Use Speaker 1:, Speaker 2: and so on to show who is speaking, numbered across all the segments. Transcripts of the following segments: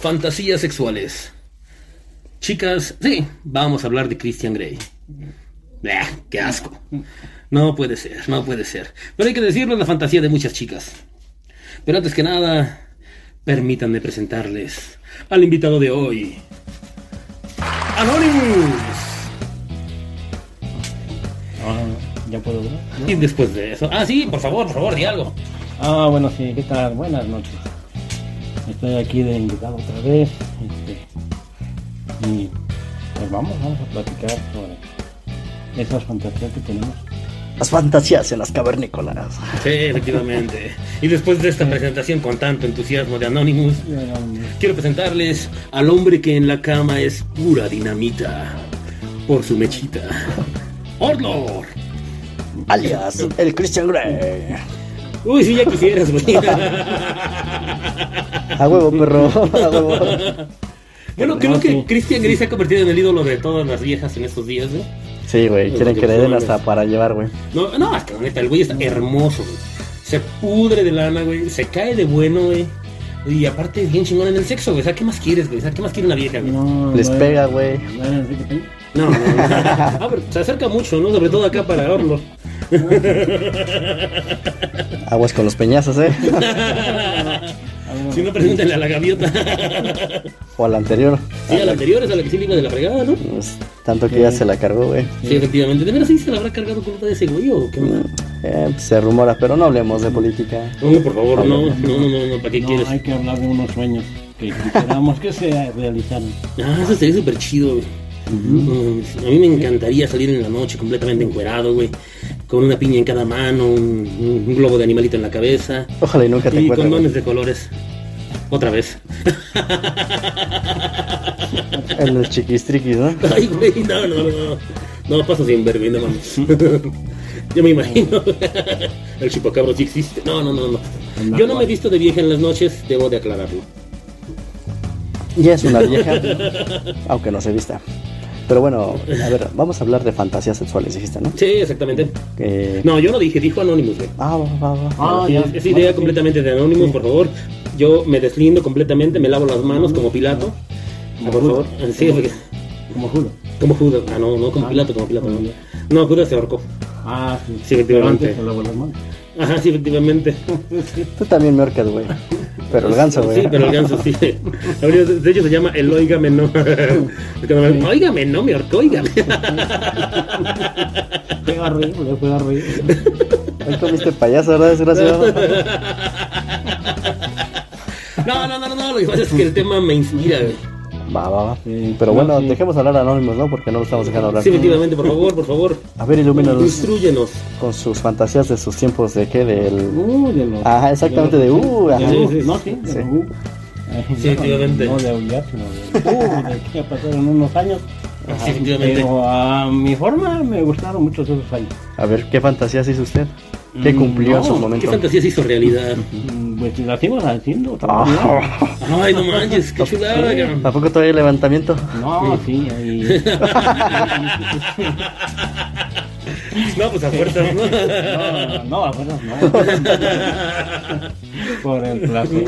Speaker 1: Fantasías sexuales. Chicas, sí, vamos a hablar de Christian Grey. Bah, ¡Qué asco! No puede ser, no puede ser. Pero hay que decirlo, es la fantasía de muchas chicas. Pero antes que nada, permítanme presentarles al invitado de hoy. Anonymous.
Speaker 2: Ah, ¿Ya puedo hablar?
Speaker 1: Y después de eso... Ah, sí, por favor, por favor, di algo.
Speaker 2: Ah, bueno, sí, ¿qué tal? Buenas noches. Estoy aquí de invitado otra vez. este, y pues vamos, vamos a platicar sobre esas fantasías que tenemos.
Speaker 3: Las fantasías en las cavernícolas.
Speaker 1: Sí, efectivamente. Y después de esta presentación con tanto entusiasmo de Anonymous, quiero presentarles al hombre que en la cama es pura dinamita por su mechita. ¡Orlor!
Speaker 3: Alias, el Christian Grey.
Speaker 1: Uy, si ya quisieras, güey.
Speaker 3: A huevo, perro. A huevo.
Speaker 1: Bueno, creo que Christian Grey se ha convertido en el ídolo de todas las viejas en estos días, ¿no?
Speaker 3: Sí, güey, quieren que le den hasta para llevar, güey.
Speaker 1: No, no, es que la neta, el güey está hermoso, güey. Se pudre de lana, güey. Se cae de bueno, güey. Y aparte, bien chingón en el sexo, güey. O sea, ¿qué más quieres, güey? O sea, ¿qué más quiere una vieja, güey?
Speaker 2: No,
Speaker 3: Les
Speaker 2: bueno,
Speaker 3: pega, güey.
Speaker 2: bueno, así que tengo-
Speaker 1: No, no, no. Ah, pero se acerca mucho, ¿no? Sobre todo acá para Orlo.
Speaker 3: Aguas con los peñazos, eh.
Speaker 1: Si no, pregúntale a la gaviota.
Speaker 3: O al anterior.
Speaker 1: Sí, a la anterior es a la que sí le iba de la fregada, ¿no?
Speaker 3: Pues, tanto que ya se la cargó, güey.
Speaker 1: Sí, efectivamente. ¿De veras sí se la habrá cargado culpa de ese güey o qué? onda?
Speaker 3: Eh, pues, se rumora, pero no hablemos de política.
Speaker 1: No, por favor, no, no, no, no, no, ¿para qué
Speaker 2: no,
Speaker 1: quieres?
Speaker 2: hay que hablar de unos sueños que quisiéramos que se realizaran.
Speaker 1: Ah, eso sería súper chido, güey. Mm, A mí me encantaría salir en la noche completamente encuerado, güey. Con una piña en cada mano, un, un- un globo de animalito en la cabeza.
Speaker 3: Ojalá y nunca te
Speaker 1: Y
Speaker 3: encuentres. güey.
Speaker 1: condones de colores. Otra vez.
Speaker 3: En los chiquistriquis, ¿no?
Speaker 1: Ay, güey, no, no, no. No, paso sin ver, güey, no mames. Yo me imagino. El chupacabro sí existe. No, no, no, no. Yo no me he visto de vieja en las noches, debo de aclararlo.
Speaker 3: Ya es una vieja, aunque no se vista. Pero bueno, a ver, vamos a hablar de fantasías sexuales, dijiste, ¿no?
Speaker 1: Sí, exactamente.
Speaker 3: Que-
Speaker 1: No, yo no dije, dijo Anonymous, güey.
Speaker 3: Ah, va, va, va.
Speaker 2: Ah,
Speaker 1: Sí,
Speaker 2: ya.
Speaker 1: es, es idea
Speaker 2: Bueno, sí.
Speaker 1: completamente de Anonymous, por favor. Yo me deslindo completamente, me lavo las manos como Pilato.
Speaker 2: Como
Speaker 1: por favor.
Speaker 2: Judas.
Speaker 1: Sí, porque-
Speaker 2: Como Julio.
Speaker 1: como Judas. Ah, no, no, como Pilato, como Pilato. No, no Judas se ahorcó.
Speaker 2: Ah, sí.
Speaker 1: Sí, efectivamente.
Speaker 2: Pero antes se lavó las manos.
Speaker 1: Ajá, sí, efectivamente.
Speaker 3: Tú también me orcas, güey. Pero el ganso, güey.
Speaker 1: Sí, pero el ganso, sí. Habría- De hecho, se llama el Óigame No. Es que no me- Óigame No, me ahorcó, óigame.
Speaker 2: Fue horrible, fue horrible.
Speaker 3: Hoy comiste payaso, ¿verdad, desgraciado?
Speaker 1: No, no, no, no, no, lo que pasa es que el tema me inspira, güey.
Speaker 3: Va, va, va.
Speaker 2: Sí.
Speaker 3: Pero
Speaker 2: No,
Speaker 3: bueno,
Speaker 2: sí.
Speaker 3: dejemos hablar anónimos, ¿no? Porque no lo estamos dejando hablar.
Speaker 1: Sí, efectivamente, por favor, por favor.
Speaker 3: A ver, ilumínanos
Speaker 1: Instruyenos.
Speaker 3: con sus fantasías de sus tiempos de qué, del...
Speaker 2: Uh, de los.
Speaker 3: Ajá, exactamente, de uh,
Speaker 2: de
Speaker 3: ajá.
Speaker 2: los-
Speaker 1: Sí, sí,
Speaker 2: no,
Speaker 1: sí.
Speaker 2: sí, de
Speaker 3: Sí.
Speaker 2: los uh. Ay,
Speaker 1: Sí,
Speaker 2: no,
Speaker 1: efectivamente.
Speaker 2: No de aullar, sino de uh, de que ya pasaron unos años.
Speaker 1: Ajá, sí, efectivamente.
Speaker 2: Pero a mi forma me gustaron muchos esos años.
Speaker 3: A ver, ¿qué fantasías hizo usted? ¿Qué cumplió en su
Speaker 1: Mm, ¿Qué
Speaker 3: momento?
Speaker 1: fantasía se hizo realidad?
Speaker 2: Mm, Pues y las sigo haciendo. todavía.
Speaker 3: Ah,
Speaker 1: Ay, no manches, qué chulada, cabrón.
Speaker 3: ¿A poco todavía hay levantamiento?
Speaker 2: No, sí, ahí.
Speaker 1: No, pues a fuerzas, ¿no?
Speaker 2: No, no, a fuerzas no. Por el placer.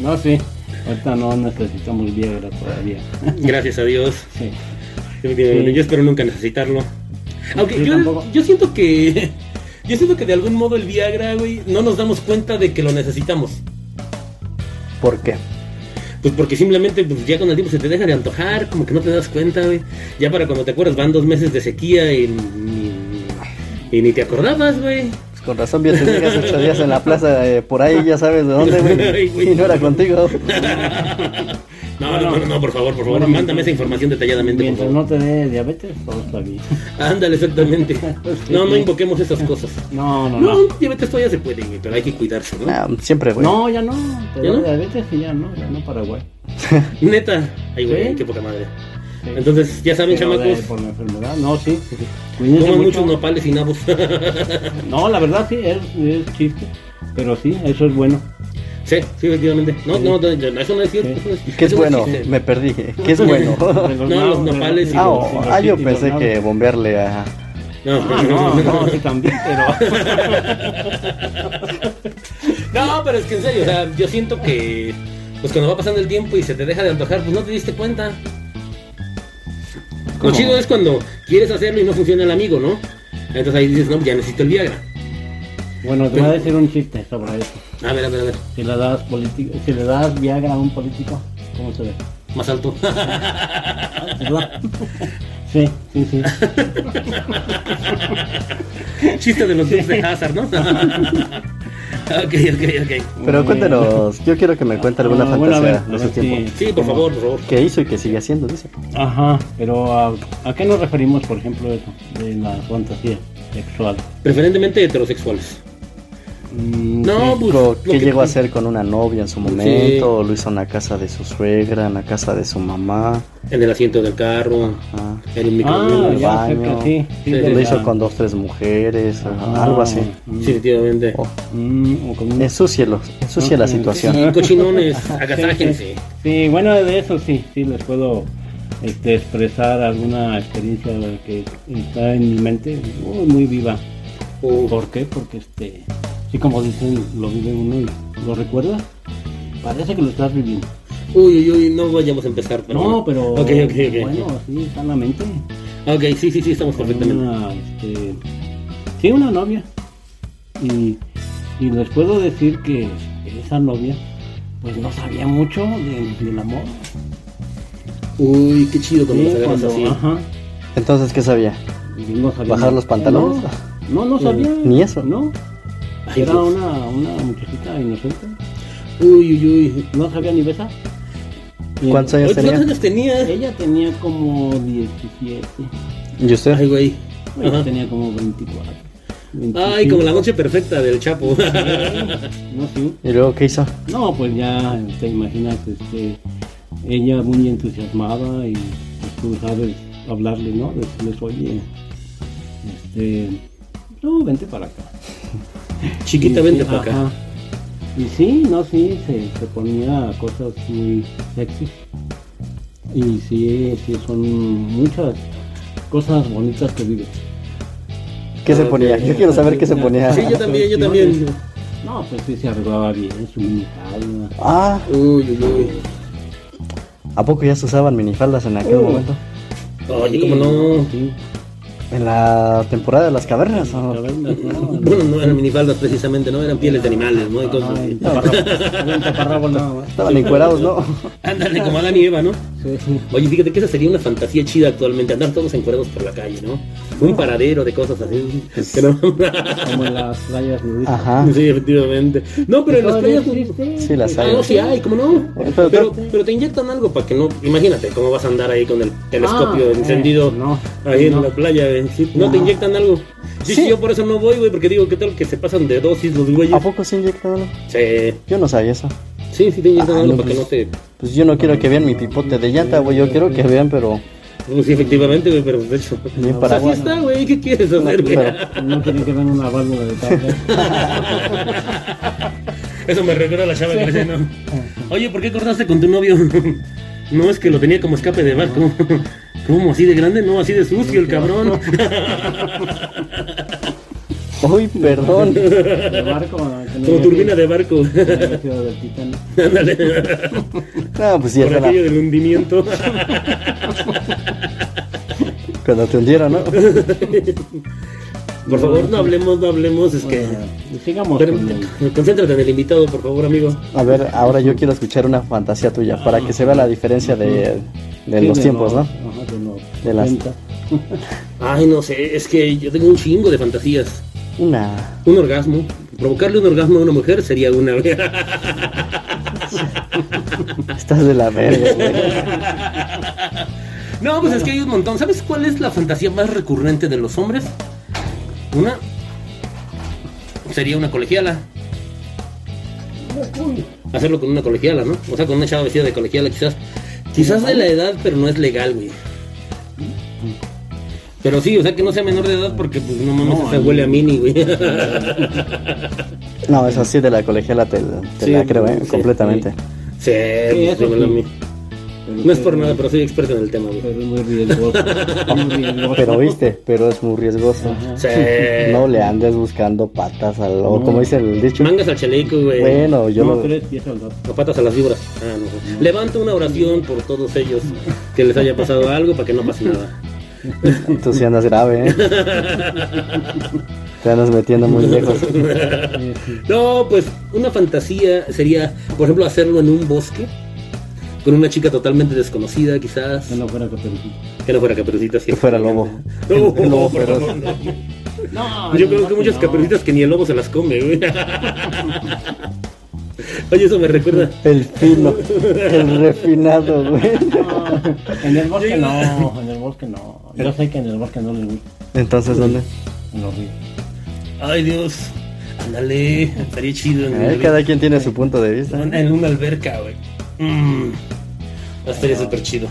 Speaker 2: No, sí. Ahorita no necesitamos Viagra todavía.
Speaker 1: Gracias a Dios.
Speaker 2: Sí.
Speaker 1: Efectivamente, Yo espero nunca necesitarlo. Aunque
Speaker 2: Yo
Speaker 1: yo,
Speaker 2: tampoco.
Speaker 1: yo siento que. Yo siento que de algún modo el Viagra, güey, no nos damos cuenta de que lo necesitamos.
Speaker 3: ¿Por qué?
Speaker 1: Pues porque simplemente pues, ya con el tiempo se te deja de antojar, como que no te das cuenta, güey. Ya para cuando te acuerdas van dos meses de sequía y, ni- y ni te acordabas, güey.
Speaker 3: Pues Con razón vi a tus hijas ocho días en la plaza eh, por ahí, ya sabes de dónde,
Speaker 1: Ay,
Speaker 3: güey.
Speaker 1: güey.
Speaker 3: Y no era contigo.
Speaker 1: No, no, no, no, por favor, por favor,
Speaker 2: Bueno,
Speaker 1: mándame esa información detalladamente, por
Speaker 2: Mientras
Speaker 1: favor.
Speaker 2: no te dé diabetes, todo está bien.
Speaker 1: Ándale, exactamente. No, no invoquemos esas cosas.
Speaker 2: No, no, no.
Speaker 1: No, diabetes todavía se puede, güey, pero hay que cuidarse, ¿no?
Speaker 3: Ah, siempre, güey.
Speaker 2: No, ya no. Te
Speaker 1: ¿Ya
Speaker 2: da
Speaker 1: no?
Speaker 2: diabetes y ya no, ya no Paraguay.
Speaker 1: Neta. Ay, güey,
Speaker 2: Sí.
Speaker 1: qué poca madre.
Speaker 2: Sí.
Speaker 1: Entonces, ya saben,
Speaker 2: Pero de-
Speaker 1: chamacos,
Speaker 2: por la enfermedad, no, sí. Cuídense
Speaker 1: coman
Speaker 2: mucho.
Speaker 1: muchos nopales y nabos.
Speaker 2: No, la verdad sí, es, es chiste. Pero sí, eso es bueno.
Speaker 1: Sí, sí, efectivamente. No, no, no, eso no es cierto.
Speaker 2: Sí.
Speaker 1: eso no es-
Speaker 3: ¿Qué es
Speaker 1: eso no
Speaker 3: bueno?
Speaker 1: existe.
Speaker 3: Me perdí. ¿Qué es bueno?
Speaker 2: De
Speaker 1: No,
Speaker 2: nabos,
Speaker 1: los
Speaker 2: de
Speaker 1: nopales
Speaker 2: de
Speaker 1: y
Speaker 3: ah,
Speaker 2: los-
Speaker 3: o-
Speaker 2: de los
Speaker 3: ah, yo
Speaker 2: chitis, los
Speaker 3: pensé
Speaker 2: nabos.
Speaker 3: que bombearle a.
Speaker 1: No,
Speaker 2: Ah, no, no, sí también, pero.
Speaker 1: No, pero es que en serio, o sea, yo siento que pues cuando va pasando el tiempo y se te deja de antojar, pues no te diste cuenta. Lo
Speaker 3: ¿Cómo?
Speaker 1: chido es cuando quieres hacerlo y no funciona el amigo, ¿no? Entonces ahí dices, no, ya necesito el Viagra.
Speaker 2: Bueno, te voy a decir un chiste sobre eso.
Speaker 1: A ver, a ver, a ver,
Speaker 2: Si le das, politi- si le das Viagra a un político, ¿cómo se ve?
Speaker 1: más alto.
Speaker 2: ¿Verdad? Sí, sí, sí.
Speaker 1: Chiste de los tips de Hazard, ¿no? ok, ok, ok.
Speaker 3: Pero
Speaker 2: Muy
Speaker 3: cuéntanos, yo quiero que me cuente alguna
Speaker 2: Ah, bueno, a
Speaker 3: fantasía
Speaker 2: ver,
Speaker 3: de
Speaker 2: a
Speaker 3: ese
Speaker 2: ver si-
Speaker 3: tiempo.
Speaker 1: Sí, por favor, por favor.
Speaker 3: ¿Qué hizo y qué sigue haciendo? Dice.
Speaker 2: Ajá, pero ¿a, a qué nos referimos, por ejemplo, eso, de la fantasía sexual?
Speaker 1: Preferentemente heterosexuales.
Speaker 2: Mm,
Speaker 1: No, pues.
Speaker 3: Co-
Speaker 1: lo
Speaker 3: ¿Qué
Speaker 1: que-
Speaker 3: llegó a hacer con una novia en su momento? ¿O lo hizo en la casa de su suegra, en la casa de su mamá?
Speaker 1: En el asiento del carro,
Speaker 3: Ah,
Speaker 1: en el
Speaker 2: Ah,
Speaker 1: microondas.
Speaker 3: el
Speaker 2: ya
Speaker 3: baño.
Speaker 2: cerca, sí. sí,
Speaker 1: Sí,
Speaker 2: de
Speaker 3: Lo
Speaker 2: la-
Speaker 3: hizo con dos, tres mujeres,
Speaker 2: Ah,
Speaker 3: algo así.
Speaker 1: Sí, efectivamente.
Speaker 3: Oh,
Speaker 2: mm, o con un-
Speaker 3: ensúcielo, ensucia la situación.
Speaker 1: Sí, cochinones,
Speaker 2: Sí,
Speaker 1: agasájense.
Speaker 2: sí. Sí, bueno, de eso sí, sí les puedo este, expresar alguna experiencia que está en mi mente muy, muy viva.
Speaker 1: Oh.
Speaker 2: ¿Por qué? Porque este, sí como dicen, lo vive uno y lo recuerda. Parece que lo estás viviendo.
Speaker 1: Uy, uy, uy, no vayamos a empezar.
Speaker 2: no, pero
Speaker 1: Ok, ok, ok.
Speaker 2: bueno, Mm. sí, sanamente.
Speaker 1: Ok, sí, sí, sí, estamos
Speaker 2: Con
Speaker 1: perfectamente.
Speaker 2: Una, este, sí, una novia. Y, y les puedo decir que esa novia, pues no sabía mucho de- del amor.
Speaker 1: Uy, qué chido cuando
Speaker 2: Sí,
Speaker 1: nos agarras
Speaker 2: cuando-
Speaker 1: así.
Speaker 2: ajá,
Speaker 3: Entonces, ¿qué sabía?
Speaker 2: y no sabía
Speaker 3: ¿Bajar
Speaker 2: nada.
Speaker 3: los pantalones?
Speaker 2: No, no, no sabía.
Speaker 3: Ni eso.
Speaker 2: No.
Speaker 1: Ay,
Speaker 2: Era
Speaker 1: Dios.
Speaker 2: una, una muchachita inocente.
Speaker 1: Uy, uy, uy.
Speaker 2: No sabía ni besar. Y-
Speaker 3: ¿Cuántos
Speaker 1: Oye, pues,
Speaker 3: años
Speaker 1: ¿Cuántos
Speaker 3: tenía?
Speaker 1: años tenía?
Speaker 2: Ella tenía como 17.
Speaker 3: ¿Y usted?
Speaker 1: Ay, güey.
Speaker 2: Bueno,
Speaker 1: Ajá.
Speaker 2: tenía como 24. 25.
Speaker 1: Ay, como la noche perfecta del Chapo.
Speaker 2: No, sí.
Speaker 3: ¿Y luego qué hizo?
Speaker 2: No, pues ya te imaginas, este, ella muy entusiasmada y pues, tú sabes hablarle, ¿no? Decirles, oye, este, no, vente para acá.
Speaker 1: Chiquita,
Speaker 2: Y
Speaker 1: vente
Speaker 2: sí,
Speaker 1: para acá.
Speaker 2: ajá. Y sí, no, sí, se, se ponía cosas muy sexy. Y sí, sí, son muchas cosas bonitas que vive.
Speaker 3: ¿Qué se ponía? Yo quiero saber qué se ponía.
Speaker 1: Sí, yo también, yo también.
Speaker 2: No, pues sí, se arreglaba bien, su minifalda.
Speaker 3: Ah,
Speaker 1: Uy, uy, uy.
Speaker 3: ¿a poco ya se usaban minifaldas en aquel
Speaker 2: Uh.
Speaker 3: momento?
Speaker 1: Oye, como no.
Speaker 2: Sí,
Speaker 3: ¿En la temporada de las cavernas?
Speaker 2: la
Speaker 3: o?
Speaker 2: verdad, no, no.
Speaker 1: Bueno, no eran minifaldas precisamente, ¿no? Eran pieles de animales, ¿no? Y cosas
Speaker 2: Ay,
Speaker 1: así.
Speaker 2: taparrabo- taparrabo nada más.
Speaker 3: Estaban encuerados, ¿no?
Speaker 1: Ándale, como Adán y Eva, ¿no?
Speaker 2: Sí.
Speaker 1: Oye, fíjate que esa sería una fantasía chida actualmente, andar todos encuerados por la calle, ¿no? Un paradero de cosas así. Que no-
Speaker 2: Como en las playas nudistas.
Speaker 3: Ajá.
Speaker 1: Sí, efectivamente. No, pero en las
Speaker 2: Todavía
Speaker 1: playas.
Speaker 2: existe.
Speaker 3: Ah. Sí, las
Speaker 1: Ah,
Speaker 3: hay.
Speaker 1: no, sí hay, ¿cómo no?
Speaker 3: Eh,
Speaker 1: Pero,
Speaker 3: pero-
Speaker 1: pero te inyectan algo para que no. Imagínate cómo vas a andar ahí con el telescopio
Speaker 2: Ah,
Speaker 1: encendido
Speaker 2: eh, no,
Speaker 1: ahí
Speaker 2: no.
Speaker 1: en la playa. güey. Sí, no, te inyectan algo. Sí, sí, yo por eso no voy, güey, porque digo, ¿qué tal que se pasan de dosis los güeyes?
Speaker 3: ¿A poco se inyectaban? algo?
Speaker 1: Sí,
Speaker 3: Yo no sabía eso.
Speaker 1: sí, sí te inyectan
Speaker 3: Ah,
Speaker 1: algo
Speaker 3: no,
Speaker 1: para que
Speaker 3: pues.
Speaker 1: no te.
Speaker 3: Pues yo no quiero que vean mi pipote de llanta, güey. Yo quiero que vean, pero
Speaker 1: Pues sí, efectivamente, güey, pero de hecho.
Speaker 3: bien
Speaker 1: O sea, así
Speaker 3: paraguas.
Speaker 1: está, güey, ¿qué quieres hacer, güey?
Speaker 3: Pero-
Speaker 2: No tiene que ver una válvula de tabla.
Speaker 1: Eso me recuerda a la chava que le decía, ¿no? Oye, ¿por qué cortaste con tu novio? No, es que lo tenía como escape de barco. ¿Cómo? ¿Así de grande? No, así de sucio el cabrón.
Speaker 3: Uy, perdón.
Speaker 2: De barco. que no
Speaker 1: Como
Speaker 2: llegue-
Speaker 1: turbina de barco.
Speaker 2: que no haya sido del Titanic.
Speaker 1: Ándale.
Speaker 3: No, pues sí,
Speaker 1: Por
Speaker 3: hasta la-
Speaker 1: aquello del hundimiento.
Speaker 3: cuando te hundieron, ¿no?
Speaker 1: Por favor, no hablemos, no hablemos. Es que...
Speaker 2: Bueno, sigamos
Speaker 1: Pero,
Speaker 2: con el-
Speaker 1: concéntrate en el invitado, por favor, amigo.
Speaker 3: A ver, ahora yo quiero escuchar una fantasía tuya para que se vea la diferencia de, de
Speaker 2: sí,
Speaker 3: los
Speaker 2: de
Speaker 3: tiempos, ¿no?
Speaker 2: ajá, de los
Speaker 3: De las-
Speaker 2: 70.
Speaker 1: Ay, no sé, es que yo tengo un chingo de fantasías.
Speaker 3: Una.
Speaker 1: Un orgasmo. Provocarle un orgasmo a una mujer sería una.
Speaker 3: Estás de la verga, güey.
Speaker 1: No, pues es que hay un montón. ¿Sabes cuál es la fantasía más recurrente de los hombres? Una sería una colegiala. Hacerlo con una colegiala, ¿no? O sea, con una chava vestida de colegiala, quizás. Quizás de la edad, pero no es legal, güey. Pero sí, o sea, que no sea menor de edad porque, pues, no mames,
Speaker 2: No,
Speaker 1: se
Speaker 2: ahí-
Speaker 1: huele a mini, güey.
Speaker 3: No, es así de la colegiala, te, te
Speaker 1: Sí,
Speaker 3: la creo, ¿eh?
Speaker 1: sí,
Speaker 3: completamente.
Speaker 1: Sí, pues,
Speaker 2: eso
Speaker 1: se huele a
Speaker 2: sí.
Speaker 1: mini. No es por nada, pero soy experto en el tema, güey.
Speaker 2: Pero es muy riesgoso. muy riesgoso.
Speaker 3: Pero viste, pero es muy riesgoso.
Speaker 1: Sí.
Speaker 3: No le andes buscando patas al. O
Speaker 2: Eh, No. eh,
Speaker 3: como dice el dicho.
Speaker 1: Mangas al chaleco, güey.
Speaker 3: Bueno, yo
Speaker 2: no,
Speaker 3: lo.
Speaker 2: tres pies al rato.
Speaker 1: O patas a las vibras. Ah, no. Levanto una oración por todos ellos que les haya pasado algo para que no pase nada.
Speaker 3: Tú sí andas grave, ¿eh? Te andas metiendo muy lejos.
Speaker 1: No, pues una fantasía sería, por ejemplo, hacerlo en un bosque con una chica totalmente desconocida, quizás.
Speaker 2: Que no fuera caperucita.
Speaker 1: Que no fuera caperucita, sí.
Speaker 3: Que fuera lobo.
Speaker 1: No,
Speaker 3: El lobo
Speaker 1: por
Speaker 3: feroz.
Speaker 1: favor, no. Yo creo que muchas caperucitas que ni el lobo se las come, güey. Oye, eso me recuerda.
Speaker 3: El fino, el refinado, güey.
Speaker 2: En el bosque no, en el bosque no. Yo sé que en el bosque no les gusta.
Speaker 3: Entonces, ¿dónde?
Speaker 2: En los ríos.
Speaker 1: Ay, Dios. Ándale, estaría chido. en
Speaker 3: Eh,
Speaker 1: el-
Speaker 3: cada quien tiene su punto de vista.
Speaker 1: En una alberca, güey. Mm. Estaría súper chido.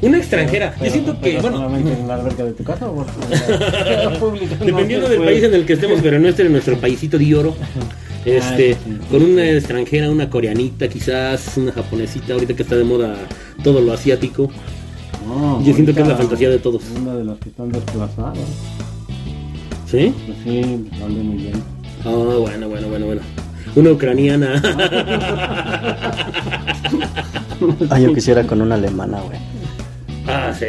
Speaker 1: Una extranjera.
Speaker 2: Pero-
Speaker 1: Yo siento que,
Speaker 2: pero
Speaker 1: bueno,
Speaker 2: solamente en la alberca de tu casa o porque en la pública no
Speaker 1: dependiendo
Speaker 2: se
Speaker 1: del
Speaker 2: puede.
Speaker 1: país en el que estemos, pero no este en nuestro paísito de oro. Este,
Speaker 2: Ah, sí.
Speaker 1: con una extranjera, una coreanita, quizás una japonesita, ahorita que está de moda todo lo asiático.
Speaker 2: No,
Speaker 1: Yo siento que es la
Speaker 2: Oh, ahorita
Speaker 1: fantasía de todos.
Speaker 2: Una de las que están desplazadas.
Speaker 1: ¿Sí?
Speaker 2: Pues sí, ande muy bien.
Speaker 1: Ah, bueno, bueno, bueno, bueno. Una ucraniana.
Speaker 3: Ah, yo quisiera con una alemana, güey.
Speaker 1: ah, sí.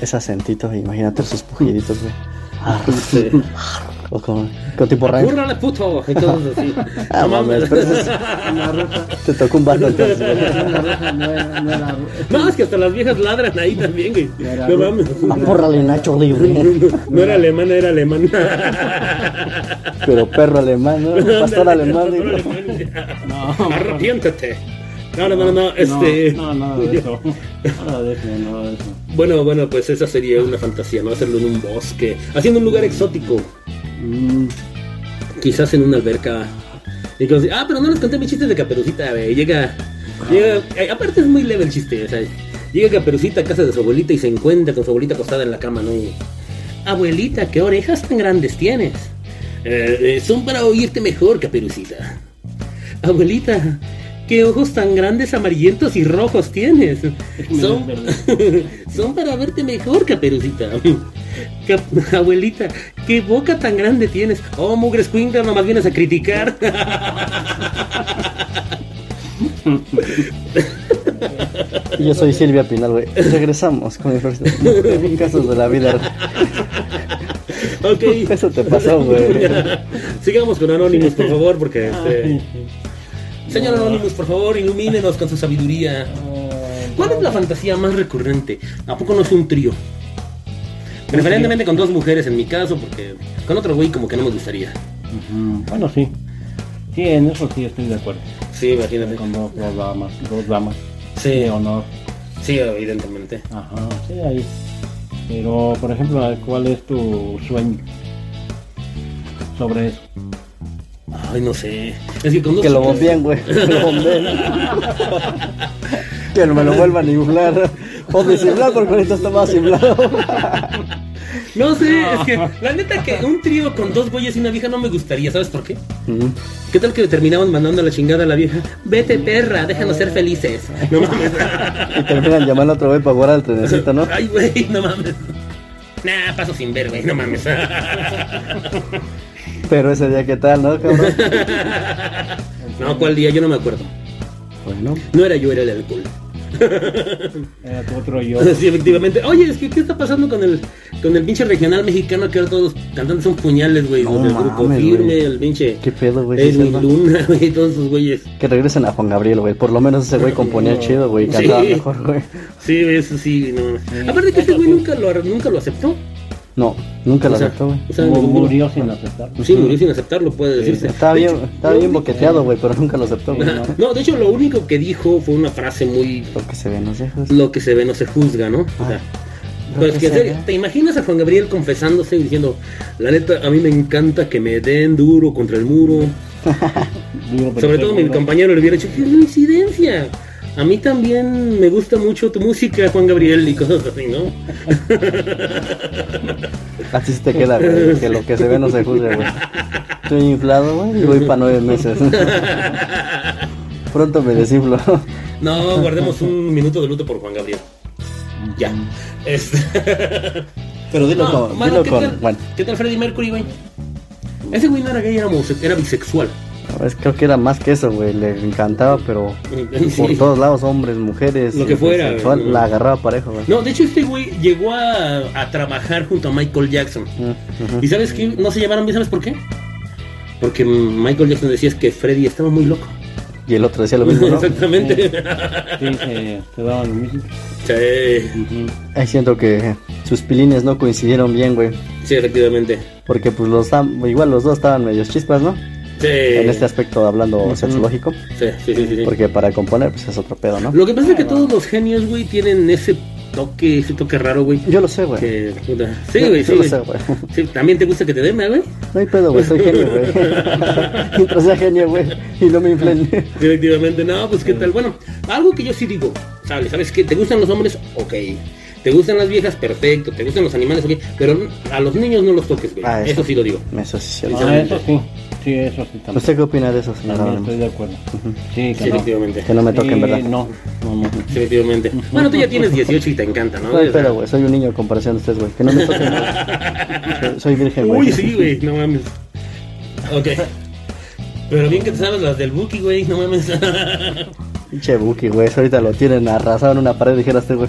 Speaker 3: Ese acentito, imagínate sus pujiditos, güey. Ah,
Speaker 1: sí.
Speaker 3: o con, con tipo rango.
Speaker 1: ¡Cúrrale, puto! Y cosas así.
Speaker 3: Ah,
Speaker 1: No
Speaker 3: mames,
Speaker 1: mames.
Speaker 3: pero eso es- te tocó un vato entonces, güey.
Speaker 2: No era- no era- no era-
Speaker 1: No, es que hasta las viejas ladran ahí también, güey.
Speaker 2: Era-
Speaker 1: No mames.
Speaker 3: Apórrale Nacho libre.
Speaker 1: No era alemana, era alemana.
Speaker 3: Pero perro alemán, ¿no? Pastor alemán, digo.
Speaker 2: No,
Speaker 1: Arrepiéntate. No, no, no, no, este.
Speaker 2: No, no, nada de eso. Nada de eso, nada de eso.
Speaker 1: Bueno, bueno, pues esa sería una fantasía, ¿no? Hacerlo en un bosque, haciendo un lugar exótico,
Speaker 2: Mm,
Speaker 1: quizás en una alberca. Y cosas así. ah, pero no les conté mi chiste de Caperucita, güey. Llega, llega, eh, aparte es muy leve el chiste, o sea, llega Caperucita a casa de su abuelita y se encuentra con su abuelita acostada en la cama, ¿no? Y, abuelita, qué orejas tan grandes tienes. "Eh, eh, son para oírte mejor, Caperucita. Abuelita, qué ojos tan grandes, amarillentos y rojos tienes.
Speaker 2: me
Speaker 1: Son,
Speaker 2: dio
Speaker 1: son para verte mejor, caperucita. Cap- abuelita, qué boca tan grande tienes. Oh, mugres cuinca, nomás vienes a criticar.
Speaker 3: Y yo soy Silvia Pinal, güey. Regresamos con el resto. Casos de la vida.
Speaker 1: ok.
Speaker 3: Eso te pasó, güey.
Speaker 1: Sigamos con Anonymous, por favor, porque... este, Señor Anonymous, por favor, ilumínenos con su sabiduría. ¿Cuál es la fantasía más recurrente? ¿A poco no es un trío? Preferentemente con dos mujeres en mi caso, porque con otro güey como que no me gustaría.
Speaker 2: Ujú, Bueno, sí. Sí, en eso sí estoy de acuerdo.
Speaker 1: Sí, imagínate.
Speaker 2: Con dos, dos damas, dos damas.
Speaker 1: Sí,
Speaker 2: De honor.
Speaker 1: sí, evidentemente.
Speaker 2: Ajá, sí, ahí. Pero, por ejemplo, ¿cuál es tu sueño sobre eso?
Speaker 1: Ay, no sé. Es que con dos
Speaker 3: Que lo
Speaker 1: chicas-
Speaker 3: bombeen, güey. Que lo bombeen. Que no me lo vuelvan a inflar. O desinflar porque ahorita está más inflado.
Speaker 1: No sé, es que la neta que un trío con dos güeyes y una vieja no me gustaría, ¿sabes por qué? ¿Qué tal que terminamos mandando a la chingada a la vieja? Vete, perra, déjanos ser felices. No mames.
Speaker 3: Y terminan llamando otra vez para jugar al trenecito, ¿no?
Speaker 1: Ay, güey, no mames. Nah, paso sin ver, güey, no mames.
Speaker 3: Pero ese día, ¿qué tal, no, cabrón?
Speaker 1: No, ¿cuál día? Yo no me acuerdo.
Speaker 3: Bueno,
Speaker 1: No era yo, era el alcohol.
Speaker 2: Era Eh, tu otro yo.
Speaker 1: Sí, efectivamente. Oye, es que ¿qué está pasando con el con el pinche regional mexicano que ahora todos los cantantes son puñales, güey?
Speaker 3: No
Speaker 1: Los del grupo
Speaker 3: mames,
Speaker 1: firme,
Speaker 3: güey.
Speaker 1: el pinche
Speaker 3: qué pedo, güey. ¿Qué
Speaker 1: Edwin
Speaker 3: pedo?
Speaker 1: Luna, güey, todos esos güeyes.
Speaker 3: Que regresen a Juan Gabriel, güey. Por lo menos ese güey componía chido, güey. Cantaba
Speaker 1: Sí.
Speaker 3: mejor, güey.
Speaker 1: Sí, eso sí, no. Aparte que este güey nunca lo, nunca lo aceptó.
Speaker 3: No, nunca
Speaker 1: O
Speaker 3: la
Speaker 1: sea,
Speaker 3: aceptó, güey.
Speaker 1: o sea,
Speaker 2: Mu-
Speaker 1: murió-
Speaker 2: murió sin aceptar.
Speaker 1: Sí, murió sin aceptarlo, puede decirse.
Speaker 3: Estaba
Speaker 1: De
Speaker 3: bien,
Speaker 1: hecho,
Speaker 3: estaba
Speaker 1: lo
Speaker 3: bien
Speaker 1: único-
Speaker 3: boqueteado, güey, pero nunca lo aceptó, güey. ¿no?
Speaker 1: Ajá. No, de hecho, lo único que dijo fue una frase muy.
Speaker 3: Lo que se ve nos deja.
Speaker 1: Lo que se ve no se juzga, ¿no? O sea,
Speaker 3: lo
Speaker 1: pero es
Speaker 3: Ah, que
Speaker 1: que, en
Speaker 3: se
Speaker 1: serio,
Speaker 3: ve.
Speaker 1: ¿te imaginas a Juan Gabriel confesándose y diciendo: La neta, a mí me encanta que me den duro contra el muro?
Speaker 2: Digo, pero
Speaker 1: Sobre todo mi
Speaker 2: seguro-
Speaker 1: compañero le hubiera dicho, qué coincidencia. A mí también me gusta mucho tu música, Juan Gabriel, y cosas así, ¿no?
Speaker 3: Así se te queda, güey. Que lo que se ve no se juzga, güey. Estoy inflado, güey, y voy para nueve meses. Pronto me desinflo.
Speaker 1: No, guardemos un minuto de luto por Juan Gabriel. Ya. Este...
Speaker 3: Pero dilo
Speaker 1: No,
Speaker 3: con,
Speaker 1: mano,
Speaker 3: dilo
Speaker 1: ¿qué,
Speaker 3: con,
Speaker 1: tal,
Speaker 3: bueno,
Speaker 1: ¿Qué tal Freddie Mercury, güey? Ese güey no era gay, era, homose- era bisexual.
Speaker 3: es- creo que era más que eso, güey. Le encantaba, pero por
Speaker 1: Sí.
Speaker 3: todos lados, hombres, mujeres,
Speaker 1: Lo que fuera,
Speaker 3: sexual,
Speaker 1: güey.
Speaker 3: la agarraba parejo, güey.
Speaker 1: No, de hecho este güey llegó a, a trabajar junto a Michael Jackson.
Speaker 3: Ujú.
Speaker 1: ¿Y sabes qué? No se llevaron bien, ¿sabes por qué? Porque Michael Jackson decía es que Freddie estaba muy loco.
Speaker 3: Y el otro decía lo mismo, ¿no?
Speaker 1: Exactamente.
Speaker 2: Sí, se, se daban el mismo. Ah,
Speaker 1: Sí.
Speaker 2: Ujú.
Speaker 3: Ahí siento que sus pilines no coincidieron bien, güey.
Speaker 1: Sí, efectivamente.
Speaker 3: Porque pues los am- igual los dos estaban medios chispas, ¿no?
Speaker 1: Sí.
Speaker 3: En este aspecto hablando sexológico.
Speaker 1: Sí, sí, sí, sí, sí.
Speaker 3: Porque Ah, para componer, pues es otro pedo, ¿no?
Speaker 1: Lo que pasa es que todos los genios, güey, tienen ese toque, ese toque raro, güey.
Speaker 3: Yo lo sé, güey.
Speaker 1: Que, puta. Sí,
Speaker 3: Yo-
Speaker 1: güey,
Speaker 3: yo
Speaker 1: sí.
Speaker 3: lo
Speaker 1: güey.
Speaker 3: sé, güey.
Speaker 1: Sí, también te gusta que te den, ¿eh, güey.
Speaker 3: No hay pedo, güey, soy genio, güey. Mientras sea genio, güey, y no me inflen.
Speaker 1: Sí, Efectivamente, no, pues qué tal. Bueno, algo que yo sí digo, ¿sabes? ¿Sabes qué? ¿Te gustan los hombres? Ok. ¿Te gustan las viejas? Perfecto. ¿Te gustan los animales? Ok. Pero a los niños no los toques, güey.
Speaker 3: Ah, eso.
Speaker 1: eso. sí lo digo.
Speaker 3: Eso sí, es cierto.
Speaker 2: Ah, eso sí. Sí, eso sí también.
Speaker 3: ¿Usted qué opina de eso, señor
Speaker 2: También
Speaker 3: Adams?
Speaker 2: estoy de acuerdo. Sí,
Speaker 1: Sí,
Speaker 2: que no.
Speaker 1: efectivamente.
Speaker 3: Que no me toquen,
Speaker 2: Sí,
Speaker 3: ¿verdad?
Speaker 2: No, no, no.
Speaker 1: Sí, efectivamente. Bueno, tú ya tienes 18 y te encanta, ¿no?
Speaker 3: No hay
Speaker 1: O sea,
Speaker 3: pedo, güey, soy un niño en comparación de ustedes, güey. Que no me toquen, güey. Soy- Soy virgen, güey.
Speaker 1: Uy, sí, güey, no mames. Ok. Pero bien que te sabes las del Buki, güey, no mames.
Speaker 3: Che, Buki, güey, eso ahorita lo tienen arrasado en una pared, dijera este, güey.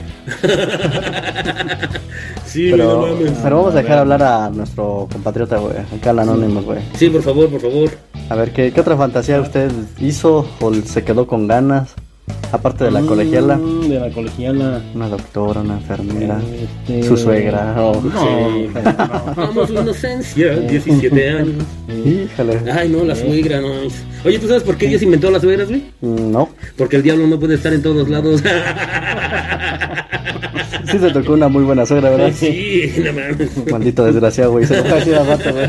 Speaker 1: Sí, güey, no
Speaker 3: Pero,
Speaker 1: mames.
Speaker 3: pero vamos a
Speaker 2: A
Speaker 3: dejar
Speaker 2: ver.
Speaker 3: hablar a nuestro compatriota, güey. Acá al Anonymous, güey.
Speaker 1: Sí, por favor, por favor.
Speaker 3: A ver, ¿qué, qué otra fantasía usted hizo o se quedó con ganas? Aparte de la colegiala,
Speaker 2: Mm, De la colegiala.
Speaker 3: una doctora, una enfermera,
Speaker 2: Este,
Speaker 3: su suegra. oh. o-
Speaker 2: No,
Speaker 1: Vamos, inocencia, 17 años.
Speaker 3: Híjole.
Speaker 1: Ay, no, la suegra, no mames. Oye, ¿tú sabes por qué Dios inventó las suegras, güey?
Speaker 3: No.
Speaker 1: Porque el diablo no puede estar en todos lados.
Speaker 3: Sí se tocó una muy buena suegra, ¿verdad?
Speaker 1: Sí, no mames.
Speaker 3: Maldito desgraciado, güey. Se lo va a decir al rato, güey.